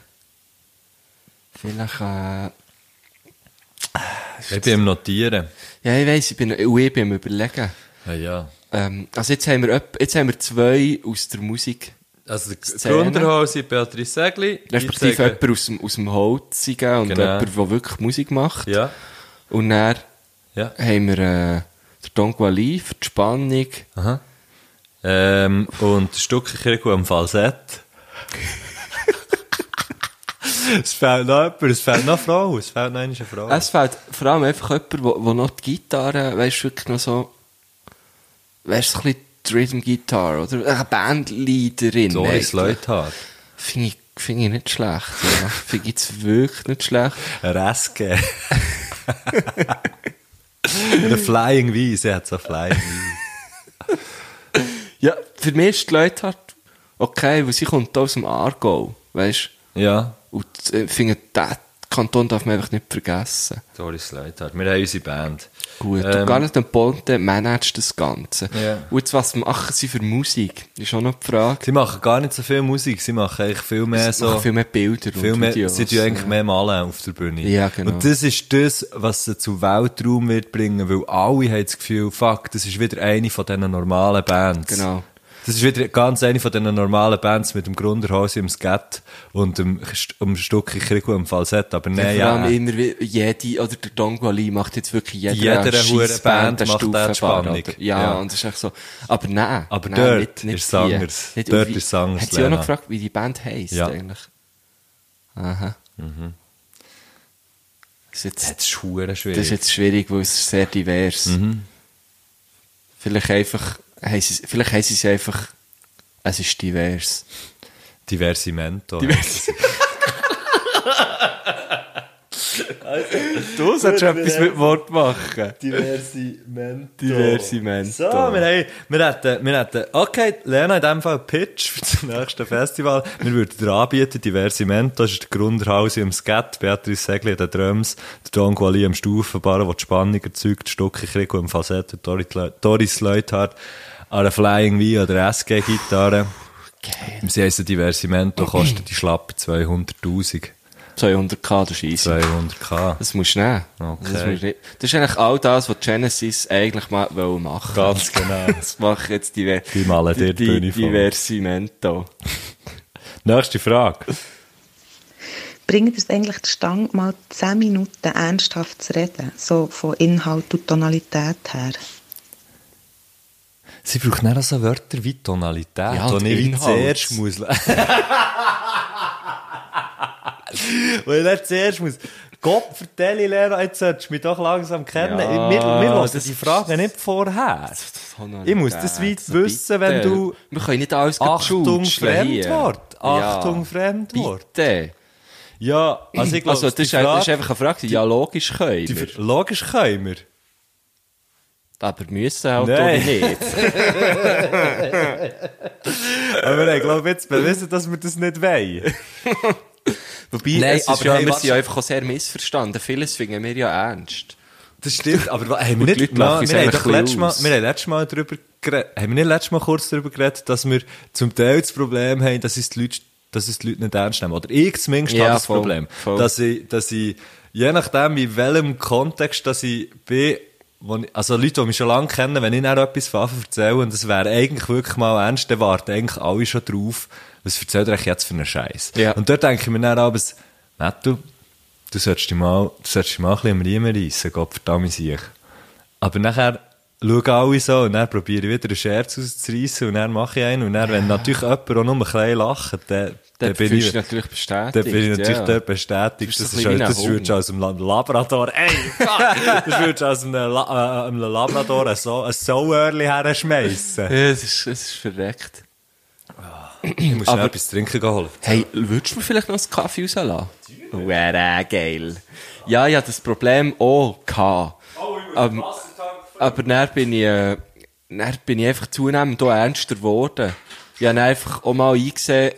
Speaker 1: vielleicht, äh,
Speaker 2: ich bin am Notieren.
Speaker 1: ja, ich weiss, ich bin, und ich bin am überlegen.
Speaker 2: Ja, ja.
Speaker 1: Ähm, also jetzt haben wir, öp- jetzt haben wir zwei aus der Musik,
Speaker 2: Also,
Speaker 1: Szene.
Speaker 2: Grunderhose Beatrice Segli. Ich
Speaker 1: respektive
Speaker 2: sage-
Speaker 1: jemand aus dem, aus dem Holzigen und
Speaker 2: Genau.
Speaker 1: jemand, der wirklich Musik macht.
Speaker 2: Ja,
Speaker 1: Und dann,
Speaker 2: ja.
Speaker 1: haben wir äh, der Don Guali für die Spannung.
Speaker 2: Aha. Ähm, und Stuckenkriegel am Falsett. [laughs] es fehlt noch jemand, es fehlt noch eine Frau, es fehlt noch eine Frau.
Speaker 1: Es fehlt vor allem einfach jemand, wo, wo noch die Gitarre, weißt du, wirklich noch so, weißt du, so ein bisschen die Rhythm Guitar oder eine Bandleaderin.
Speaker 2: Doris
Speaker 1: eigentlich.
Speaker 2: Leuthard.
Speaker 1: Finde ich, finde ich nicht schlecht, ja. [laughs] Finde ich jetzt wirklich nicht schlecht.
Speaker 2: Reske. Oder Flying V, sie hat so Flying V.
Speaker 1: Ja, für mich ist die Leute halt, okay, weil sie kommt da aus dem Aargau, weißt
Speaker 2: Ja.
Speaker 1: du, und äh, finde, den Kanton darf man einfach nicht vergessen.
Speaker 2: Doris Leuthard. Wir haben unsere Band.
Speaker 1: Gut,
Speaker 2: Ähm,
Speaker 1: und Garnet und Ponte managt das Ganze.
Speaker 2: Ja.
Speaker 1: Und jetzt, was machen sie für Musik? Ist auch noch die Frage.
Speaker 2: Sie machen gar nicht so viel Musik, sie machen eigentlich viel mehr
Speaker 1: Sie
Speaker 2: so.
Speaker 1: machen viel mehr Bilder
Speaker 2: viel
Speaker 1: und
Speaker 2: mehr,
Speaker 1: Videos.
Speaker 2: Sie tun eigentlich mehr malen auf der Bühne.
Speaker 1: Ja, genau.
Speaker 2: Und das ist das, was sie zu Weltraum wird bringen, weil alle haben das Gefühl, fuck, das ist wieder eine von diesen normalen Bands.
Speaker 1: Genau.
Speaker 2: Das ist wieder ganz eine von diesen normalen Bands mit dem Grunderhose im Skat und dem, St- um Stück Krieg und dem Falsett, aber
Speaker 1: Ja,
Speaker 2: nein,
Speaker 1: vor allem
Speaker 2: ja.
Speaker 1: immer wie- jede, oder der Donguali macht jetzt wirklich jeder
Speaker 2: Jeder
Speaker 1: eine
Speaker 2: hure
Speaker 1: Scheissband,
Speaker 2: Band
Speaker 1: eine
Speaker 2: macht auch die
Speaker 1: Stufenbar,
Speaker 2: Spannung.
Speaker 1: oder? Ja,
Speaker 2: Ja.
Speaker 1: und das ist echt so. Aber nein.
Speaker 2: Aber
Speaker 1: nein,
Speaker 2: dort
Speaker 1: nicht, nicht
Speaker 2: ist es
Speaker 1: die.
Speaker 2: anders.
Speaker 1: Nicht,
Speaker 2: Dort
Speaker 1: und wie-
Speaker 2: ist es anders,
Speaker 1: Hat sie auch
Speaker 2: Lena.
Speaker 1: noch gefragt, wie die Band heisst
Speaker 2: Ja. Mhm.
Speaker 1: eigentlich? Aha. Das ist jetzt
Speaker 2: Das ist hure schwierig.
Speaker 1: Das ist jetzt schwierig, weil es ist sehr divers.
Speaker 2: Mhm.
Speaker 1: Vielleicht einfach, haben sie- vielleicht heißt es einfach, es ist divers.
Speaker 2: Diversimento.
Speaker 1: Divers. du solltest
Speaker 2: eh,
Speaker 1: etwas mit Wort machen.
Speaker 2: Diversimento.
Speaker 1: Diversimento.
Speaker 2: So, wir haben, wir hätten, wir hätten, okay, Lena, in dem Fall Pitch für das nächste Festival. Wir würden dir anbieten, Diversimento, das ist der Grundhausi im Skat, Beatrice Segli an den Drums, der Don Guali am Stufenbarren, der die Spannung erzeugt, Stocke Krieg im Falsett, der Dorit Le- Doris Leuthard an der Flying V oder SG-Gitarre.
Speaker 1: Geil.
Speaker 2: Sie heissen Diversimento, kostet die Schlappe 200'000.
Speaker 1: 200k, das ist easy.
Speaker 2: 200k.
Speaker 1: Das musst du nehmen.
Speaker 2: Okay.
Speaker 1: Das, musst du nicht. das ist eigentlich all das, was Genesis eigentlich mal wollte machen [laughs]
Speaker 2: Ganz genau.
Speaker 1: Das mache ich jetzt diver
Speaker 2: Die malen dir die Bühne voll.
Speaker 1: Diversimento.
Speaker 2: Nächste Frage.
Speaker 5: Bringt es eigentlich die Stange, mal 10 Minuten ernsthaft zu reden, so von Inhalt und Tonalität her?
Speaker 2: Sie braucht nicht auch so Wörter wie Tonalität.
Speaker 1: Ja, und
Speaker 2: [laughs] und nicht wie
Speaker 1: Inhalt.
Speaker 2: zuerst muss. Weil ich dann zuerst muss, Gott vertelle, Lena, jetzt solltest du mich doch langsam kennen.
Speaker 1: Ja,
Speaker 2: wir, wir hören
Speaker 1: das-
Speaker 2: die Fragen nicht vorher. Ich muss das weit
Speaker 1: Also
Speaker 2: wissen, wenn
Speaker 1: bitte.
Speaker 2: du-
Speaker 1: Wir können nicht alles gleich
Speaker 2: Achtung,
Speaker 1: schutzeln hier.
Speaker 2: Fremdwort. Achtung, Fremdwort.
Speaker 1: Bitte.
Speaker 2: Ja, also ich glaube,
Speaker 1: also, das
Speaker 2: die
Speaker 1: ist, das ist
Speaker 2: Frage-
Speaker 1: einfach eine Frage, die ja logisch können
Speaker 2: die
Speaker 1: wir.
Speaker 2: Ver- Logisch können wir.
Speaker 1: Aber müssen halt
Speaker 2: Nein.
Speaker 1: oder nicht.
Speaker 2: Aber ich glaube, jetzt bewiesen, dass wir das nicht wollen.
Speaker 1: [laughs] Wobei,
Speaker 2: Nein,
Speaker 1: es ist
Speaker 2: aber
Speaker 1: ja,
Speaker 2: hey,
Speaker 1: wir
Speaker 2: warte.
Speaker 1: sind ja einfach auch sehr missverstanden. Vieles finden wir ja ernst.
Speaker 2: Das stimmt, aber wa- haben wir
Speaker 1: die
Speaker 2: nicht,
Speaker 1: Leute lachen
Speaker 2: wir,
Speaker 1: es
Speaker 2: wir, haben
Speaker 1: einfach
Speaker 2: doch
Speaker 1: ein bisschen
Speaker 2: letztes Mal,
Speaker 1: aus.
Speaker 2: wir haben letztes Mal darüber geredet, haben wir nicht letztes Mal kurz darüber geredet, dass wir zum Teil das Problem haben, dass uns die Leute, dass uns die Leute nicht ernst nehmen. Oder ich zumindest
Speaker 1: Ja,
Speaker 2: habe das
Speaker 1: voll,
Speaker 2: Problem.
Speaker 1: voll.
Speaker 2: Dass ich, dass ich, je nachdem, in welchem Kontext dass ich bin, wo ich, also Leute, die mich schon lange kennen, wenn ich ihnen etwas von Anfang erzähle, und das wäre eigentlich wirklich mal ernst, dann warten eigentlich alle schon drauf, was erzählt ihr euch jetzt für einen Scheiß.
Speaker 1: Ja.
Speaker 2: Und dort denke ich mir dann aber, Mattu, du solltest dich mal, du solltest dich mal ein bisschen am Riemen reissen, Gottverdammt sich. Aber nachher schauen alle so und dann probiere ich wieder einen Scherz rauszureissen und dann mache ich einen und dann, wenn natürlich jemand auch nur ein bisschen lacht, dann, dann
Speaker 1: Dann
Speaker 2: bin
Speaker 1: fühlst du
Speaker 2: ich...
Speaker 1: dich natürlich bestätigt.
Speaker 2: Dann bin ich natürlich
Speaker 1: ja.
Speaker 2: dort bestätigt.
Speaker 1: Bist du
Speaker 2: Das,
Speaker 1: so
Speaker 2: ist, halt-
Speaker 1: ein kleiner
Speaker 2: das
Speaker 1: Hund.
Speaker 2: würdest du aus einem La- Labrador, ey, fuck, das würdest du aus einem, La äh, einem Labrador ein so, ein so early herschmeissen.
Speaker 1: Ja, es ist, es ist verreckt.
Speaker 2: Ich muss schnell
Speaker 1: Aber-
Speaker 2: etwas zu trinken holen.
Speaker 1: Hey, würdest du mir vielleicht noch einen Kaffee rauslassen? Wäre geil. Ja, ja, das Problem auch gehabt.
Speaker 2: Oh,
Speaker 1: Ähm, aber dann bin ich, äh, dann bin ich einfach zunehmend auch ernster geworden. Ich habe dann einfach auch mal eingesehen,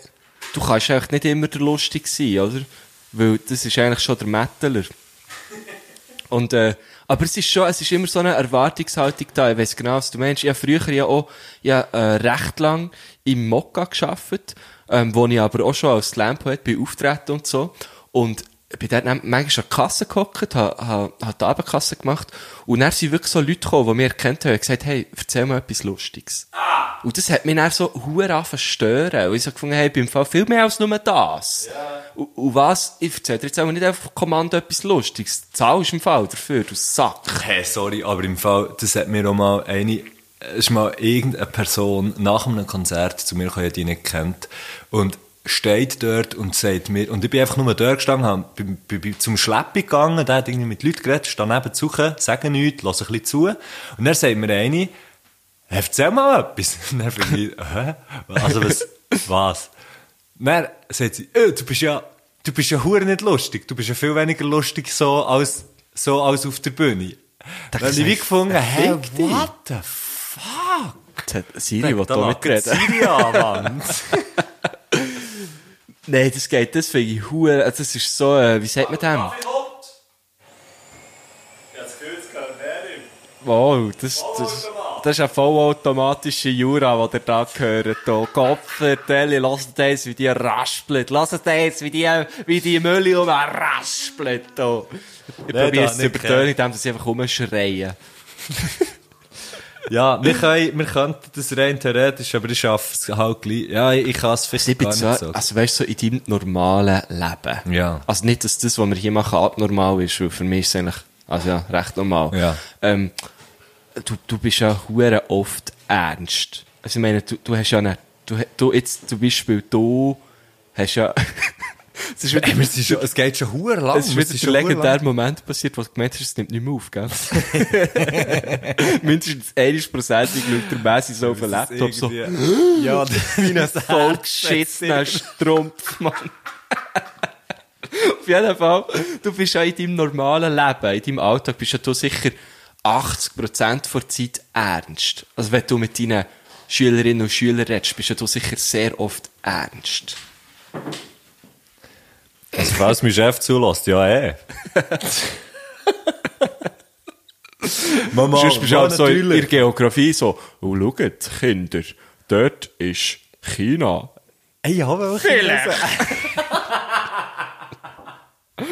Speaker 1: du kannst eigentlich nicht immer der Lustige sein, oder? Weil das ist eigentlich schon der Mettaler. Und, äh, aber es ist schon, es ist immer so eine Erwartungshaltung da. Ich weiss genau, was du meinst. Ich habe früher ja auch, ich habe, äh, recht lang im Mokka gearbeitet, ähm, wo ich aber auch schon als Slam-Poet bin auftreten und so. Und bin dort dann manchmal an die Kasse gehockt, habe, habe, habe die Abendkasse gemacht. Und dann sind wirklich so Leute gekommen, die mich erkannt haben und gesagt, hey, erzähl mal etwas Lustiges. Und das hat mich dann so huere angefangen zu stören. Und ich so gefunden, hey, ich bin im Fall viel mehr als nur das. Und, und was, ich erzähl dir jetzt auch nicht einfach auf Kommando etwas Lustiges. Du Zahlst im Fall dafür, du Sack.
Speaker 2: Hey, sorry, aber im Fall, das hat mir auch mal eine, es ist mal irgendeine Person nach einem Konzert zu mir gekommen, die ich nicht kennt, und steht dort und sagt mir, und ich bin einfach nur dort gestanden, hab- bin, bin, bin zum Schleppi gegangen, der hat irgendwie mit Leuten geredet, stand neben zu, sage nichts, lasse ein bisschen zu, und dann sagt mir eine, «Hey, erzähl mal etwas. [laughs] Und dann bin ich, hä? Also was? was? Dann sagt sie, «Äh, du bist ja, du bist ja hure nicht lustig. Du bist ja viel weniger lustig so als, so als auf der Bühne. Dann habe ich wie gefunden, hä,
Speaker 1: fick dich.
Speaker 2: what the fuck?
Speaker 1: Das hat Siri, will
Speaker 2: Da
Speaker 1: da
Speaker 2: lacht
Speaker 1: mitreden.
Speaker 2: Siri an,
Speaker 1: [laughs]
Speaker 2: Mann.
Speaker 1: Nein, das geht, das finde ich huere, also das ist so, äh, wie sagt man dem? Wow, das, das, das ist eine vollautomatische Jura, die ihr da gehört. hier. Kopferdelle, lasst das, wie die raspelt. Lasst das, wie die, wie die Mülle um raspelt. hier. Ich
Speaker 2: Nein,
Speaker 1: probiere
Speaker 2: da
Speaker 1: es zu
Speaker 2: nicht
Speaker 1: übertönen, indem sie einfach rumschreien.
Speaker 2: ja, wir, können, wir könnten das rein theoretisch, aber ich schaffe es halt gleich. Ja, ich ich kann es vielleicht gar
Speaker 1: bin
Speaker 2: nicht
Speaker 1: so,
Speaker 2: so.
Speaker 1: also weißt du, so in deinem normalen Leben.
Speaker 2: Ja.
Speaker 1: Also nicht, dass das, was wir hier machen, abnormal ist, weil für mich ist es eigentlich, also ja, recht normal.
Speaker 2: Ja.
Speaker 1: Ähm, du, du bist ja hure oft ernst. Also ich meine, du, du hast ja eine, du, du jetzt zum Beispiel, du hast ja, [laughs] es ist wieder,
Speaker 2: Ey, wir sind schon- Es geht schon hure lang.
Speaker 1: es ist
Speaker 2: wir
Speaker 1: wieder
Speaker 2: sind
Speaker 1: der
Speaker 2: schon hure lang.
Speaker 1: legendäre Moment passiert, wo du gemeint hast, es nimmt nicht mehr
Speaker 2: [laughs]
Speaker 1: auf, gell? Mindestens 1% schaut der Messi so auf den Laptop so.
Speaker 2: Irgendwie- Ja, [laughs] wie ein
Speaker 1: voll geschissener Strumpf, Mann. Auf jeden Fall, du bist ja in deinem normalen Leben, in deinem Alltag, bist ja du sicher 80% der Zeit ernst. Also wenn du mit deinen Schülerinnen und Schülern redest, bist ja du sicher sehr oft ernst.
Speaker 2: Also, falls mein Chef zulässt, ja, eh. Mama,
Speaker 1: Sonst bist du auch so in der Geografie so, oh, schaut, Kinder, dort ist China.
Speaker 2: Ey, ja, aber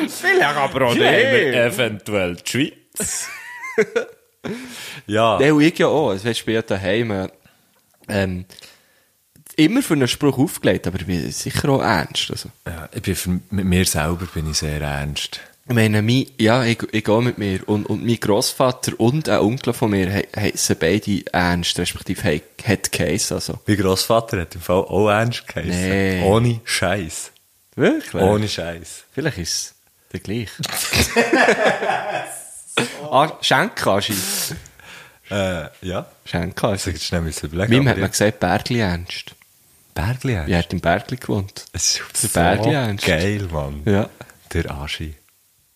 Speaker 1: Vielleicht aber auch
Speaker 2: Eventuell die Schweiz. ja.
Speaker 1: Nein, und ich ja auch. Also, weisst, ich bin ja daheim, äh, ähm, immer für einen Spruch aufgelegt, aber ich bin sicher auch ernst. Also.
Speaker 2: ja ich bin für, mit mir selber bin ich sehr ernst.
Speaker 1: Ich meine, mein, ja, ich, ich gehe mit mir. Und, und mein Grossvater und ein Onkel von mir he- heissen beide ernst, respektive he, hat Case. Also.
Speaker 2: Mein Grossvater hat im Fall auch ernst geheißen.
Speaker 1: Nee.
Speaker 2: Ohne Scheiß.
Speaker 1: Wirklich?
Speaker 2: Ohne Scheiß.
Speaker 1: Vielleicht ist es der [laughs] gleich. ah, Schenkaschi.
Speaker 2: Äh, ja. Das
Speaker 1: Schenkaschi.
Speaker 2: hätte ich schnell müssen überlegen.
Speaker 1: also. Mim
Speaker 2: aber
Speaker 1: hat
Speaker 2: ja.
Speaker 1: man gesagt, Bergli Ernst.
Speaker 2: Bergli hast.
Speaker 1: Ja, hat im Bergli gewohnt.
Speaker 2: Es ist
Speaker 1: Der
Speaker 2: so
Speaker 1: Bergli Ernst.
Speaker 2: geil, Mann.
Speaker 1: Ja.
Speaker 2: Der Aschi.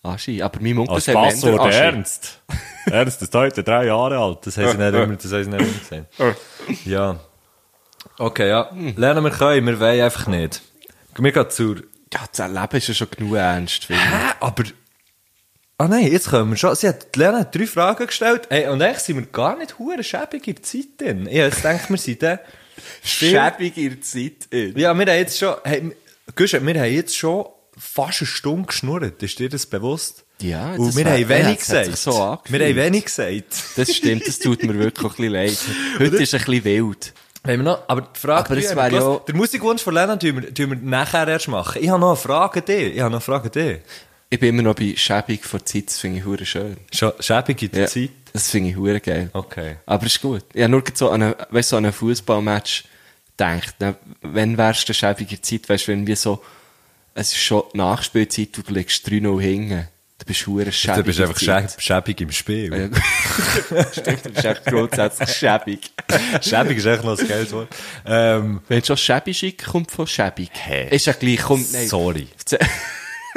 Speaker 1: Aschi. Aber mein Onkel
Speaker 2: Als
Speaker 1: sagt man
Speaker 2: Passwort
Speaker 1: Aschi.
Speaker 2: Ernst. [laughs] Ernst ist heute drei Jahre alt. Das haben sie nicht immer, das haben sie nicht immer gesehen. ja. Okay, ja. Lernen wir können, wir wollen einfach nicht. Wir gehen zur...
Speaker 1: Ja, das Leben ist ja schon genug ernst. finde ich.
Speaker 2: Hä? Aber... Ah nein, jetzt kommen wir schon. Sie hat, Lena hat drei Fragen gestellt. Ey, und eigentlich sind wir gar nicht hure schäbig in der Zeit drin. Ich jetzt denke, wir sind dann...
Speaker 1: Schäbig in der Zeit. Ja.
Speaker 2: Ja, wir haben jetzt schon... Hey, Güsche, wir haben jetzt schon fast eine Stunde geschnurrt. Ist dir das bewusst?
Speaker 1: Ja,
Speaker 2: Und
Speaker 1: das
Speaker 2: wir
Speaker 1: wär-
Speaker 2: haben wenig
Speaker 1: das hat sich
Speaker 2: gesagt.
Speaker 1: so angefühlt.
Speaker 2: wir haben wenig gesagt.
Speaker 1: Das stimmt, das tut mir wirklich ein bisschen leid. Heute ist ein bisschen wild.
Speaker 2: Wenn wir noch, aber die Frage,
Speaker 1: Aber
Speaker 2: die
Speaker 1: es
Speaker 2: haben
Speaker 1: wäre
Speaker 2: wir
Speaker 1: ja-
Speaker 2: gelassen. Der Musikwunsch von Lena tun wir, tun wir nachher erst machen. Ich habe noch eine Frage an dich. Ich habe noch eine Frage an dich.
Speaker 1: Ich bin immer noch bei Schäbig vor Zeit, das finde ich hure schön.
Speaker 2: Schon schäbig in der
Speaker 1: Ja,
Speaker 2: Zeit.
Speaker 1: Das finde ich hure geil.
Speaker 2: Okay.
Speaker 1: Aber ist gut. Ich habe nur grad so an einen, weißt, so an einen Fußballmatch gedacht. Na, Wenn wärst du eine schäbige Zeit, weißt du, wenn wir so, es ist schon die Nachspielzeit und du legst 3-0 hinten, dann bist du hure schäbig.
Speaker 2: Du bist einfach
Speaker 1: Zeit.
Speaker 2: schäb- schäbig im Spiel.
Speaker 1: Ja. Stimmt, du bist einfach grundsätzlich schäbig.
Speaker 2: [laughs] Schäbig ist echt noch das geiles Wort. Ähm,
Speaker 1: Wenn schon schäbig schick kommt von schäbig.
Speaker 2: Hä?
Speaker 1: Ist ja gleich, kommt, [laughs] nein.
Speaker 2: sorry.
Speaker 1: Das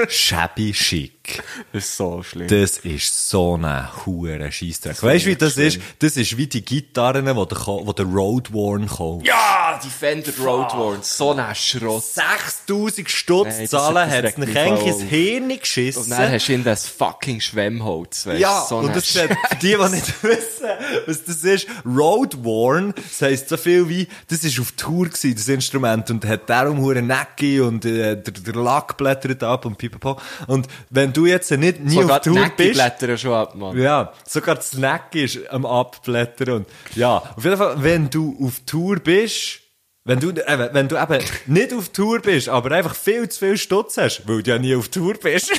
Speaker 2: Schäbig schick.
Speaker 1: ist so schlimm.
Speaker 2: Das ist so ein hoher Scheissdreck. Weißt du, wie das ist? Das ist wie die Gitarren, die der, Ko- die der Roadworn kauft.
Speaker 1: ja, die Fender Roadworn, so ein Schrott.
Speaker 2: 6000
Speaker 1: Nein,
Speaker 2: Stutz
Speaker 1: das-
Speaker 2: zahlen
Speaker 1: das
Speaker 2: hat es
Speaker 1: regt mich
Speaker 2: nicht eigentlich
Speaker 1: voll
Speaker 2: ins
Speaker 1: auf.
Speaker 2: Hirn
Speaker 1: Und dann
Speaker 2: geschissen.
Speaker 1: hast du in das fucking Schwemmholz, weißt du?
Speaker 2: Ja,
Speaker 1: so
Speaker 2: und
Speaker 1: ein
Speaker 2: das ist für die, die
Speaker 1: [laughs]
Speaker 2: nicht wissen, was das ist. Roadworn, das heisst so viel wie, das ist auf Tour gewesen, das Instrument, und hat darum hure Necki und äh, der, der Lack blättert ab und pipapo. Und wenn du jetzt nicht nie
Speaker 1: Sogar
Speaker 2: auf
Speaker 1: die
Speaker 2: Tour
Speaker 1: Necki
Speaker 2: bist,
Speaker 1: blättern schon ab, Mann.
Speaker 2: ja, sogar das Neck ist am Abblättern. Und, ja, auf jeden Fall, wenn du auf Tour bist, wenn du, eben, wenn du eben nicht auf Tour bist, aber einfach viel zu viel Stutz hast, weil du ja nie auf Tour bist,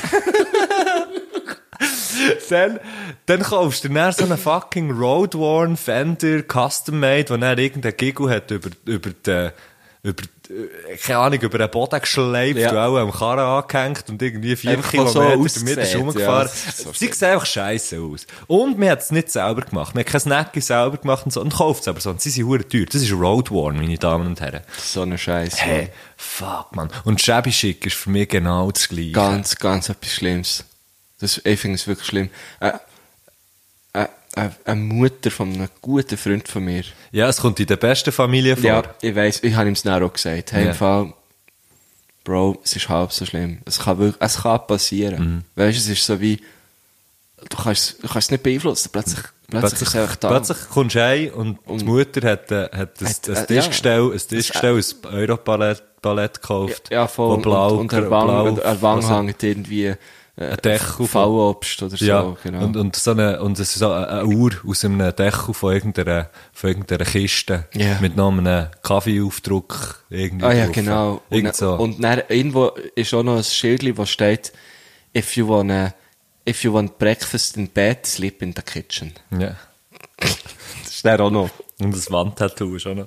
Speaker 2: [laughs] dann, dann kaufst du dir dann so einen fucking Roadworn Fender Custom Made, wo dann irgendein Giggle hat über, über die, über, die- keine Ahnung, über den Boden geschleift,
Speaker 1: Ja.
Speaker 2: und auch am Karren angehängt und irgendwie vier
Speaker 1: Einfach,
Speaker 2: Kilometer
Speaker 1: was so
Speaker 2: damit ist
Speaker 1: ausgesät, ja,
Speaker 2: rumgefahren.
Speaker 1: das ist so
Speaker 2: Sie sieht einfach scheiße aus. Und man hat es nicht selber gemacht. Man hat kein Snacky selber gemacht und so. Und kauft es aber so. Und sie sind hure teuer. Das ist Roadworn, meine Damen und Herren.
Speaker 1: So eine Scheiße.
Speaker 2: Hey, fuck, man. Und Shabby Chic ist für mich genau das Gleiche.
Speaker 1: Ganz, ganz etwas Schlimmes. Das, ich finde es wirklich schlimm. Äh, äh, äh, eine Mutter von einem guten Freund von mir.
Speaker 2: Ja, es kommt in der besten Familie vor.
Speaker 1: Ja, ich weiß, ich habe ihm es dann auch gesagt. Hey,
Speaker 2: Ja.
Speaker 1: im Fall, Bro, es ist halb so schlimm. Es kann wirklich, es kann
Speaker 2: Mhm.
Speaker 1: passieren. Weißt du, es ist so wie, du kannst, du kannst es nicht beeinflussen. Plötzlich, plötzlich, ist es einfach da.
Speaker 2: plötzlich kommst du heim und, die Mutter hat, äh, hat ein,
Speaker 1: Hat,
Speaker 2: ein,
Speaker 1: äh,
Speaker 2: Tischgestell, ein
Speaker 1: äh,
Speaker 2: Tischgestell, ein Europalett Palett gekauft.
Speaker 1: Ja,
Speaker 2: wo
Speaker 1: voll.
Speaker 2: Blau,
Speaker 1: und, und der Wang,
Speaker 2: blau,
Speaker 1: der Wang
Speaker 2: also-
Speaker 1: hängt irgendwie äh,
Speaker 2: Ein Deckel.
Speaker 1: Fallobst oder so.
Speaker 2: Ja,
Speaker 1: genau.
Speaker 2: und, und so eine, und es ist so eine, eine Uhr aus einem Deckel von irgendeiner, von irgendeiner Kiste.
Speaker 1: Ja.
Speaker 2: Mit noch einem Kaffeeaufdruck. Irgendwie
Speaker 1: ah ja,
Speaker 2: drauf.
Speaker 1: genau.
Speaker 2: Irgend
Speaker 1: Und,
Speaker 2: so.
Speaker 1: und dann irgendwo ist auch noch ein Schild, wo steht, if you wanna, if you want breakfast in bed, sleep in the kitchen.
Speaker 2: ja.
Speaker 1: Das ist dann auch noch.
Speaker 2: Und das Wandtattoo ist auch noch.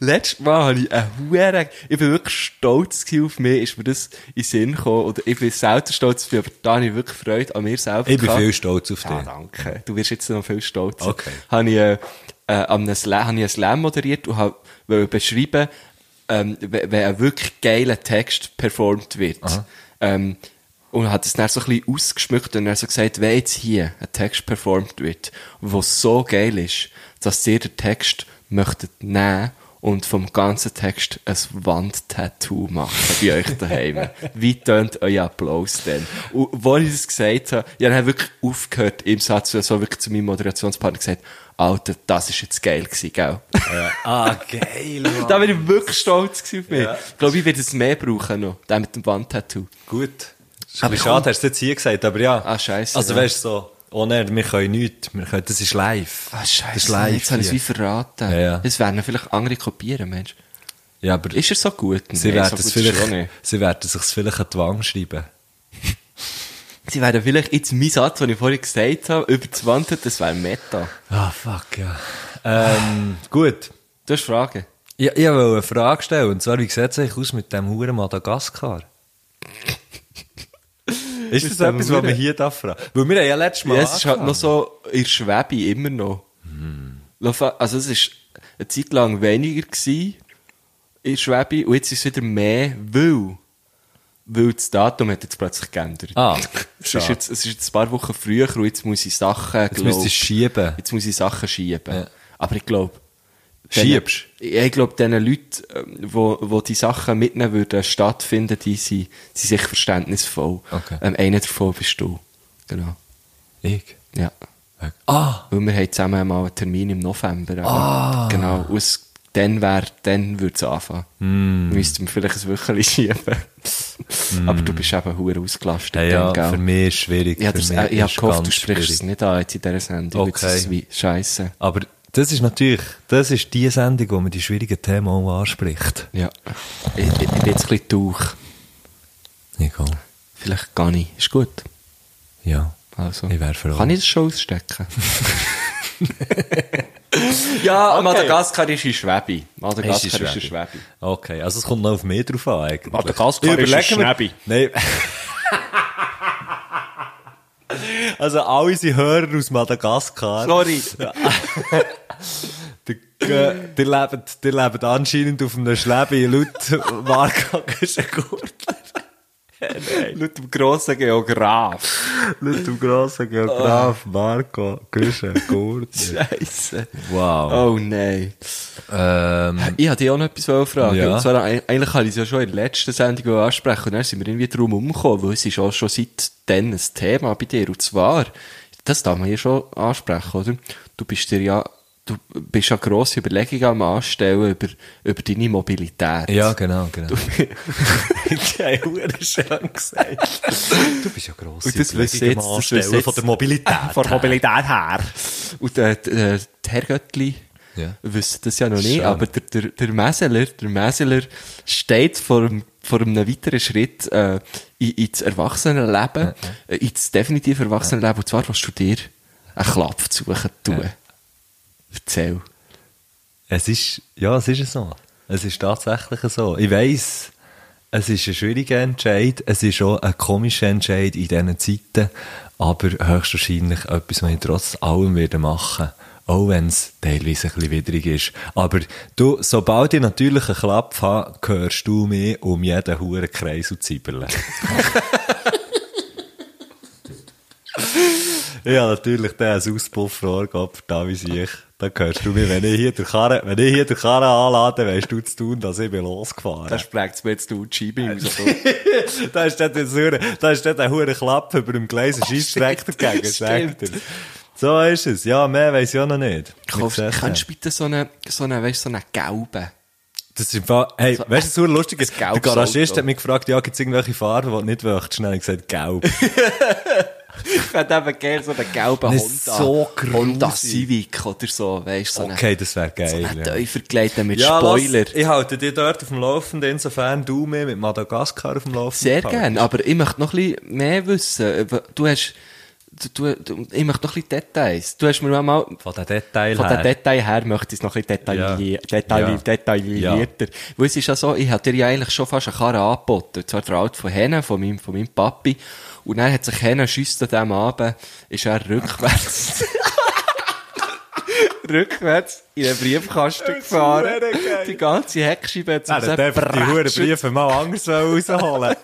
Speaker 1: Letztes Mal habe ich einen Huren, ich bin wirklich stolz gewesen auf mich, ist mir das in den Sinn gekommen, oder ich bin selten stolz auf mich, aber da habe ich wirklich Freude an mir
Speaker 2: [laughs]
Speaker 1: selber
Speaker 2: Ich bin
Speaker 1: gehabt.
Speaker 2: viel stolz auf dich.
Speaker 1: Ah, danke. Du wirst jetzt noch viel stolzer.
Speaker 2: Okay.
Speaker 1: Habe ich, äh, äh, an einem Slam, habe ich einen Slam moderiert und habe, wollte beschreiben, ähm, wenn wenn ein wirklich geiler Text performt wird. Ähm, und hat es dann so ein bisschen ausgeschmückt und dann so gesagt, wenn jetzt hier ein Text performt wird, der so geil ist, dass ihr den Text möchtet nehmen und vom ganzen Text ein Wandtattoo machen bei euch
Speaker 2: [laughs]
Speaker 1: daheim. Wie tönt euer Applaus denn? Und wo ich das gesagt habe, ich habe wirklich aufgehört im Satz, so wirklich zu meinem Moderationspartner gesagt, Alter, das ist jetzt geil gewesen, gell?
Speaker 2: ah, geil.
Speaker 1: [laughs] da bin ich wirklich stolz gewesen auf mich.
Speaker 2: Ja.
Speaker 1: Ich glaube, ich werde es mehr brauchen noch, den mit dem Wandtattoo.
Speaker 2: Gut.
Speaker 1: Aber
Speaker 2: Aber schade, hast du es jetzt hier gesagt, aber ja.
Speaker 1: Ah, scheisse,
Speaker 2: Also
Speaker 1: ja.
Speaker 2: weißt du so, oh nein, wir können nichts. Wir können, das ist live.
Speaker 1: Ah,
Speaker 2: Das ist
Speaker 1: scheiße,
Speaker 2: live.
Speaker 1: jetzt habe ich es wie
Speaker 2: hier.
Speaker 1: verraten.
Speaker 2: Ja, ja.
Speaker 1: Das werden vielleicht andere kopieren, Mensch.
Speaker 2: ja, aber
Speaker 1: Ist er so gut?
Speaker 2: sie,
Speaker 1: Nein,
Speaker 2: werden
Speaker 1: so
Speaker 2: es
Speaker 1: gut ist er auch
Speaker 2: vielleicht,
Speaker 1: nicht.
Speaker 2: sie werden sich vielleicht an die Wange schreiben.
Speaker 1: Sie werden vielleicht jetzt meinen Satz, den ich vorhin gesagt habe, über das Wandtattoo, das wäre Meta.
Speaker 2: Ah, fuck, ja. Ähm, gut.
Speaker 1: Du hast Fragen.
Speaker 2: Ja, ich wollte eine Frage stellen, und zwar, wie sieht es eigentlich aus mit dem Huren
Speaker 1: [laughs]
Speaker 2: Madagaskar? ist das
Speaker 1: Mit dem
Speaker 2: etwas, was man
Speaker 1: Huren-
Speaker 2: hier darf fragen? Weil wir haben ja letztes Mal
Speaker 1: Ja, es ist halt
Speaker 2: angefangen.
Speaker 1: noch so in der Schwebe immer noch.
Speaker 2: Hm.
Speaker 1: Lauf- Also es ist eine Zeit lang weniger gewesen in der Schwebe und jetzt ist es wieder mehr, weil, weil das Datum hat jetzt plötzlich geändert.
Speaker 2: Ah,
Speaker 1: es, ist
Speaker 2: schade.
Speaker 1: jetzt, es ist jetzt ein paar Wochen früher und jetzt muss ich Sachen,
Speaker 2: Jetzt müsstest du
Speaker 1: glaub-
Speaker 2: schieben.
Speaker 1: jetzt muss ich Sachen schieben.
Speaker 2: Ja.
Speaker 1: Aber ich glaube...
Speaker 2: Schiebst?
Speaker 1: Ja, ich glaube, diesen Leuten, ähm, wo, wo die Sachen mitnehmen würden, stattfinden, die sind, die sind verständnisvoll.
Speaker 2: Okay.
Speaker 1: Ähm, einer davon bist du. Genau.
Speaker 2: Ich?
Speaker 1: Ja.
Speaker 2: Ah!
Speaker 1: Weil wir haben zusammen mal einen Termin im November. Ah. Genau. Und es, dann wär, dann würde es anfangen. Mm. Müssten wir vielleicht ein Wöchchen schieben. Aber du bist eben hure ausgelastet.
Speaker 2: Mm. Ja,
Speaker 1: dann,
Speaker 2: ja,
Speaker 1: gell?
Speaker 2: für mich ist schwierig.
Speaker 1: ich habe
Speaker 2: für mich
Speaker 1: das- äh, ich
Speaker 2: ist
Speaker 1: hab gehofft,
Speaker 2: ganz
Speaker 1: du sprichst
Speaker 2: schwierig.
Speaker 1: es nicht an jetzt in dieser Sendung. weil Das
Speaker 2: Okay.
Speaker 1: ist wie scheiße.
Speaker 2: Aber das ist natürlich, das ist die Sendung, wo man die schwierigen Themen auch anspricht.
Speaker 1: Ja. Ich, ich, ich bin jetzt ein bisschen durch.
Speaker 2: Nicole,
Speaker 1: Vielleicht gar nicht. Ist gut.
Speaker 2: ja.
Speaker 1: Also,
Speaker 2: Ich wär froh.
Speaker 1: Kann ich das schon ausstecken? [laughs] ja, Madagaskar ist in Schwäbi. Madagaskar ist in Schwäbi.
Speaker 2: Okay, also es kommt noch auf mehr drauf an eigentlich.
Speaker 1: Madagaskar
Speaker 2: Ich
Speaker 1: ist ein
Speaker 2: überlege mir- Nein. also alle unsere Hörer aus Madagaskar.
Speaker 1: Sorry.
Speaker 2: Die, äh, die, leben, die leben anscheinend auf einem Schlebi laut Marco Gürtler.
Speaker 1: Laut dem grossen Geograf. [laughs]
Speaker 2: Laut dem grossen Geograf Marco Gürtler.
Speaker 1: Scheiße.
Speaker 2: Wow.
Speaker 1: Oh nein.
Speaker 2: Ähm,
Speaker 1: Ich hatte dich auch noch etwas fragen.
Speaker 2: Ja.
Speaker 1: Und zwar, eig- eigentlich habe ich es ja schon in der letzten Sendung ansprechen und dann sind wir irgendwie drum umgekommen, weil es ist auch schon seitdem ein Thema bei dir. Und zwar, das darf man ja schon ansprechen, oder? Du bist dir ja, du bist ja grosse Überlegungen am Anstellen über, über deine Mobilität.
Speaker 2: ja, genau, genau. Du,
Speaker 1: [laughs]
Speaker 2: schön gesagt. du bist ja gross.
Speaker 1: Und das wissen jetzt- das wissen jetzt-
Speaker 2: von der Mobilität.
Speaker 1: [laughs] Von der Mobilität her. Und äh, d- äh, die Herr Göttli
Speaker 2: Ja.
Speaker 1: wissen das ja noch nicht,
Speaker 2: Schön.
Speaker 1: aber der, der, der Messeler, der Messeler steht vor, dem- vor einem weiteren Schritt äh, in, ins Erwachsenenleben, äh, ins definitiv Erwachsenenleben, und zwar willst du dir einen Klapp zu suchen tun. Erzähl.
Speaker 2: Es ist, ja, es ist so. Es ist tatsächlich so. Ich weiss, es ist ein schwieriger Entscheid, es ist auch ein komischer Entscheid in diesen Zeiten, aber höchstwahrscheinlich etwas, was ich trotz allem werde machen auch wenn es teilweise ein bisschen widrig ist. Aber du, sobald ich natürlich einen Klapp habe, hörst du mich um jeden Huren Kreis und Zibeln. Ja, natürlich, der ist Auspuffrohr, Gott, da wie ich. Da hörst du mir, wenn ich hier der Karre, wenn ich hier der Karre anlade, weißt du zu tun, dass ich bin losgefahren.
Speaker 1: sprengt es mir jetzt die Scheibe [laughs] aus.
Speaker 2: [laughs] Da ist dort jetzt hure, da ist dort ein hure Klapp über dem Gleis, ein Scheissdreck dagegen, sagt er. So ist es. Ja, mehr weiss ich auch noch nicht. Wie gesagt,
Speaker 1: Kannst du bitte so einen, so einen, weißt, so einen gelben?
Speaker 2: Das ist im Fall, hey, weißt du, was hure lustig ist?
Speaker 1: Ein
Speaker 2: Der
Speaker 1: gelbes
Speaker 2: Garagist
Speaker 1: Auto.
Speaker 2: hat mich gefragt, ja, gibt's irgendwelche Farben, die du nicht möchtest? Schnell gesagt, gelb.
Speaker 1: [laughs] Ich hätte eben gerne so einen gelben
Speaker 2: Das
Speaker 1: Honda.
Speaker 2: ist so grusig.
Speaker 1: Honda Civic oder so, weißt du. So
Speaker 2: Okay, das wäre geil.
Speaker 1: einen, so einen
Speaker 2: ja.
Speaker 1: Teufel geleitet mit Spoiler.
Speaker 2: lass, ich halte dich dort auf dem Laufenden, insofern du mir mit Madagaskar auf dem Laufenden.
Speaker 1: Sehr
Speaker 2: hältst.
Speaker 1: gerne, aber ich möchte noch ein bisschen mehr wissen. Du hast, du, du, du, ich möchte noch ein bisschen Details. Du hast mir mal,
Speaker 2: Von den Detail
Speaker 1: von
Speaker 2: her.
Speaker 1: den Detail her möchte ich es noch ein bisschen detailli
Speaker 2: Ja.
Speaker 1: detail
Speaker 2: Ja.
Speaker 1: detaillierter. Weil es ist ja so, ich habe dir ja eigentlich schon fast eine Karre angeboten. Und zwar der Alt von Hennen, von meinem, von meinem Papi. Und dann hat sich Hennen schüsst an diesem Abend, ist er rückwärts. [laughs] rückwärts in den Briefkasten gefahren.
Speaker 2: verdammt Äh, geil.
Speaker 1: Die ganze Heckscheibe hat sich
Speaker 2: Ja, dann dürfen die Huren
Speaker 1: bratschend-
Speaker 2: Briefe mal anders
Speaker 1: [laughs]
Speaker 2: rausholen.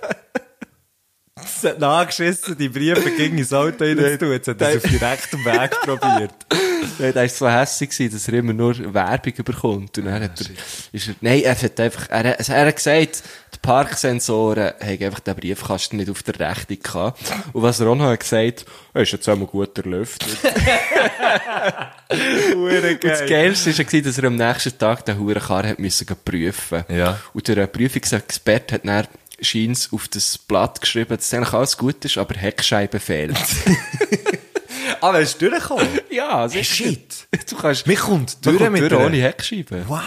Speaker 2: Es hat nachgeschissen, die Briefe gegen ins Auto reinzutun. Jetzt hat er es auf direktem Weg probiert.
Speaker 1: [laughs] Ja, der war so hässlich, gewesen, dass er immer nur Werbung bekommt. Und dann hat er, ist er, nein, er hat einfach, er, also er hat gesagt, die Parksensoren haben einfach den Briefkasten nicht auf der Rechnung gehabt. Und was er auch noch hat gesagt, er ist jetzt einmal gut erlüftet.
Speaker 2: [laughs] Hure
Speaker 1: Und das Geilste war, ja, dass er am nächsten Tag den Hurenkarren hat müssen gehen prüfen
Speaker 2: Ja.
Speaker 1: Und der äh, Prüfungsexperte hat dann scheins auf das Blatt geschrieben, dass eigentlich alles gut ist, aber Heckscheibe fehlt.
Speaker 2: [laughs] Ah, er ist durchgekommen.
Speaker 1: ja, sicher.
Speaker 2: shit.
Speaker 1: Du kannst,
Speaker 2: Mich kommt durch
Speaker 1: durch, durch,
Speaker 2: mit
Speaker 1: durch
Speaker 2: der-
Speaker 1: ohne Heckscheibe.
Speaker 2: Wow.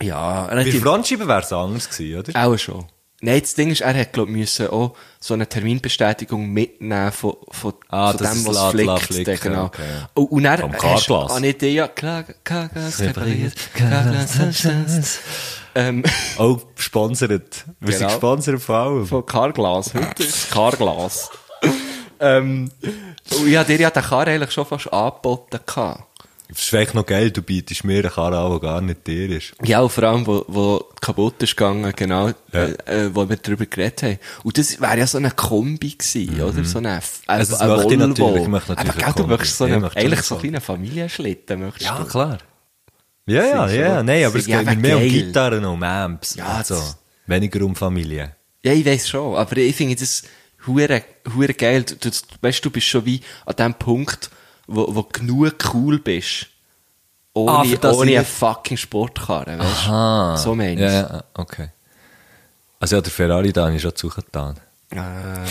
Speaker 1: Ja,
Speaker 2: Bei
Speaker 1: relativ-
Speaker 2: Frontscheiben wäre es anders gewesen, oder?
Speaker 1: Auch schon. Nein, das Ding ist, er hat, glaub, müssen auch so eine Terminbestätigung mitnehmen von, von,
Speaker 2: Ah,
Speaker 1: von
Speaker 2: das
Speaker 1: dem,
Speaker 2: ist
Speaker 1: was
Speaker 2: la- la-
Speaker 1: flickt.
Speaker 2: flickt,
Speaker 1: genau.
Speaker 2: okay.
Speaker 1: Und, und er
Speaker 2: Vom Carglass.
Speaker 1: an Idee, ja, klar, Carglass, repariert, Carglass, Carglass.
Speaker 2: Auch [laughs]
Speaker 1: ähm,
Speaker 2: gesponsert. Wir sind
Speaker 1: Genau.
Speaker 2: gesponsert von allem.
Speaker 1: von Carglass, heute ist es Carglass. [laughs] ähm, und ich habe dir ja den Car eigentlich schon fast angeboten gehabt.
Speaker 2: Es ist eigentlich noch geil, du bietest mir eine Karre an, die gar nicht dir ist.
Speaker 1: Ja, und vor allem, wo, wo kaputt ist gegangen, genau,
Speaker 2: Ja.
Speaker 1: äh, äh, wo wir drüber geredet haben. Und das wäre ja so eine Kombi gewesen, oder? So eine, F- ein,
Speaker 2: Mhm. Also das möchte ich natürlich, ich möchte natürlich
Speaker 1: Aber gell, du
Speaker 2: eine
Speaker 1: möchtest so
Speaker 2: Kombi.
Speaker 1: eine,
Speaker 2: Ich möchte
Speaker 1: eigentlich
Speaker 2: schon
Speaker 1: so
Speaker 2: eine
Speaker 1: einen kleinen Familienschlitten, möchtest du?
Speaker 2: klar. Ja, ja,
Speaker 1: Sie ist
Speaker 2: ja,
Speaker 1: schon-
Speaker 2: nein, aber
Speaker 1: sie
Speaker 2: es
Speaker 1: ist
Speaker 2: geht mir
Speaker 1: eben
Speaker 2: mehr um
Speaker 1: geil.
Speaker 2: Gitarren, um Amps.
Speaker 1: Ja,
Speaker 2: und so.
Speaker 1: das-
Speaker 2: Weniger um Familie.
Speaker 1: Ja, ich weiss schon, aber ich finde das hure, hure geil. Du, du, weißt, du bist schon wie an dem Punkt, wo, wo genug cool bist.
Speaker 2: Ah,
Speaker 1: Ohne,
Speaker 2: für das
Speaker 1: ohne
Speaker 2: ich-
Speaker 1: eine fucking Sportkarre, weißt
Speaker 2: Ah,
Speaker 1: So meinst du?
Speaker 2: ja, ja, okay. Also ja, der Ferrari da habe ich schon zugetan.
Speaker 1: Ah,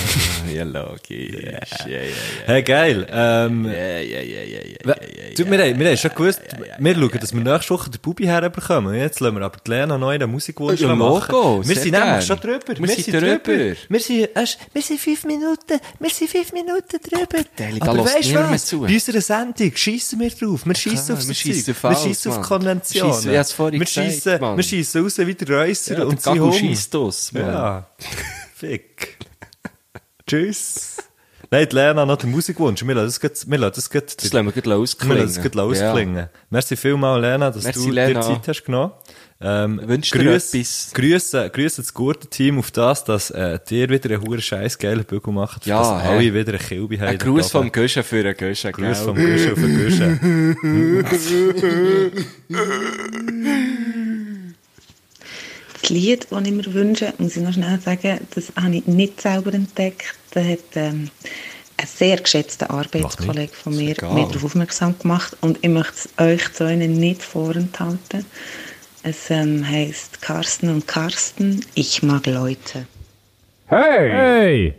Speaker 1: ja, logisch.
Speaker 2: [laughs]
Speaker 1: Ja, ja, ja.
Speaker 2: Hey, geil. Ähm,
Speaker 1: Ja, ja, ja, ja, ja,
Speaker 2: we-
Speaker 1: ja, ja,
Speaker 2: du, wir, haben- wir haben schon gewusst, wir schauen, dass wir nächste Woche den Bubi herbekommen. Jetzt lassen wir aber die Lena noch einen Musikwunsch
Speaker 1: Ja,
Speaker 2: machen.
Speaker 1: Logo,
Speaker 2: wir
Speaker 1: sehr
Speaker 2: sind nämlich
Speaker 1: gern.
Speaker 2: schon drüber.
Speaker 1: Wir sind drüber.
Speaker 2: Wir sind, erst, wir sind fünf Minuten, wir sind fünf Minuten drüber.
Speaker 1: Teile, da hört
Speaker 2: weisst du
Speaker 1: niemand
Speaker 2: was?
Speaker 1: zu.
Speaker 2: Bei unserer Sendung schiessen wir drauf. Wir schiessen
Speaker 1: klar,
Speaker 2: auf
Speaker 1: wir
Speaker 2: das
Speaker 1: schiessen
Speaker 2: Zeug.
Speaker 1: auf
Speaker 2: Wir
Speaker 1: alles,
Speaker 2: schiessen auf
Speaker 1: Mann.
Speaker 2: Konventionen.
Speaker 1: Schiessen, ich hab's vorhin
Speaker 2: wir
Speaker 1: gesagt,
Speaker 2: schiessen,
Speaker 1: Mann.
Speaker 2: wir schiessen raus wie der Reusser
Speaker 1: ja.
Speaker 2: und
Speaker 1: Und
Speaker 2: sein
Speaker 1: Gagel
Speaker 2: Hund.
Speaker 1: schießt aus, Mann.
Speaker 2: Ja. [laughs] Fick. Tschüss. Nein, die Lena hat noch den Musikwunsch. Wir lassen das gerade, wir lassen das gerade,
Speaker 1: Das lassen wir gleich
Speaker 2: wir
Speaker 1: losklingen.
Speaker 2: lassen das gerade losklingen. Merci vielmals, Lena, dass
Speaker 1: Merci,
Speaker 2: du dir
Speaker 1: Lena.
Speaker 2: Zeit hast genommen. Ähm,
Speaker 1: Wünsch dir
Speaker 2: grüß-
Speaker 1: etwas.
Speaker 2: Grüße, grüße das gute Team auf das, dass, äh, dir wieder einen hohen Scheiß geilen Bügel macht,
Speaker 1: Ja,
Speaker 2: dass
Speaker 1: hä?
Speaker 2: alle wieder eine Kilbe haben.
Speaker 1: Ein Gruß vom Göschen für den Göschen,
Speaker 2: Grüß vom
Speaker 1: gell?
Speaker 2: Guschen auf den
Speaker 1: [laughs]
Speaker 2: Guschen.
Speaker 5: Das Lied, das ich mir wünsche, muss ich noch schnell sagen, das habe ich nicht selber entdeckt. Da hat ähm, ein sehr geschätzter Arbeitskollege von mir
Speaker 1: Ist egal.
Speaker 5: mir darauf aufmerksam gemacht und ich möchte es euch zu ihnen nicht vorenthalten. Es ähm, heisst Carsten und Carsten, ich mag Leute.
Speaker 2: Hey!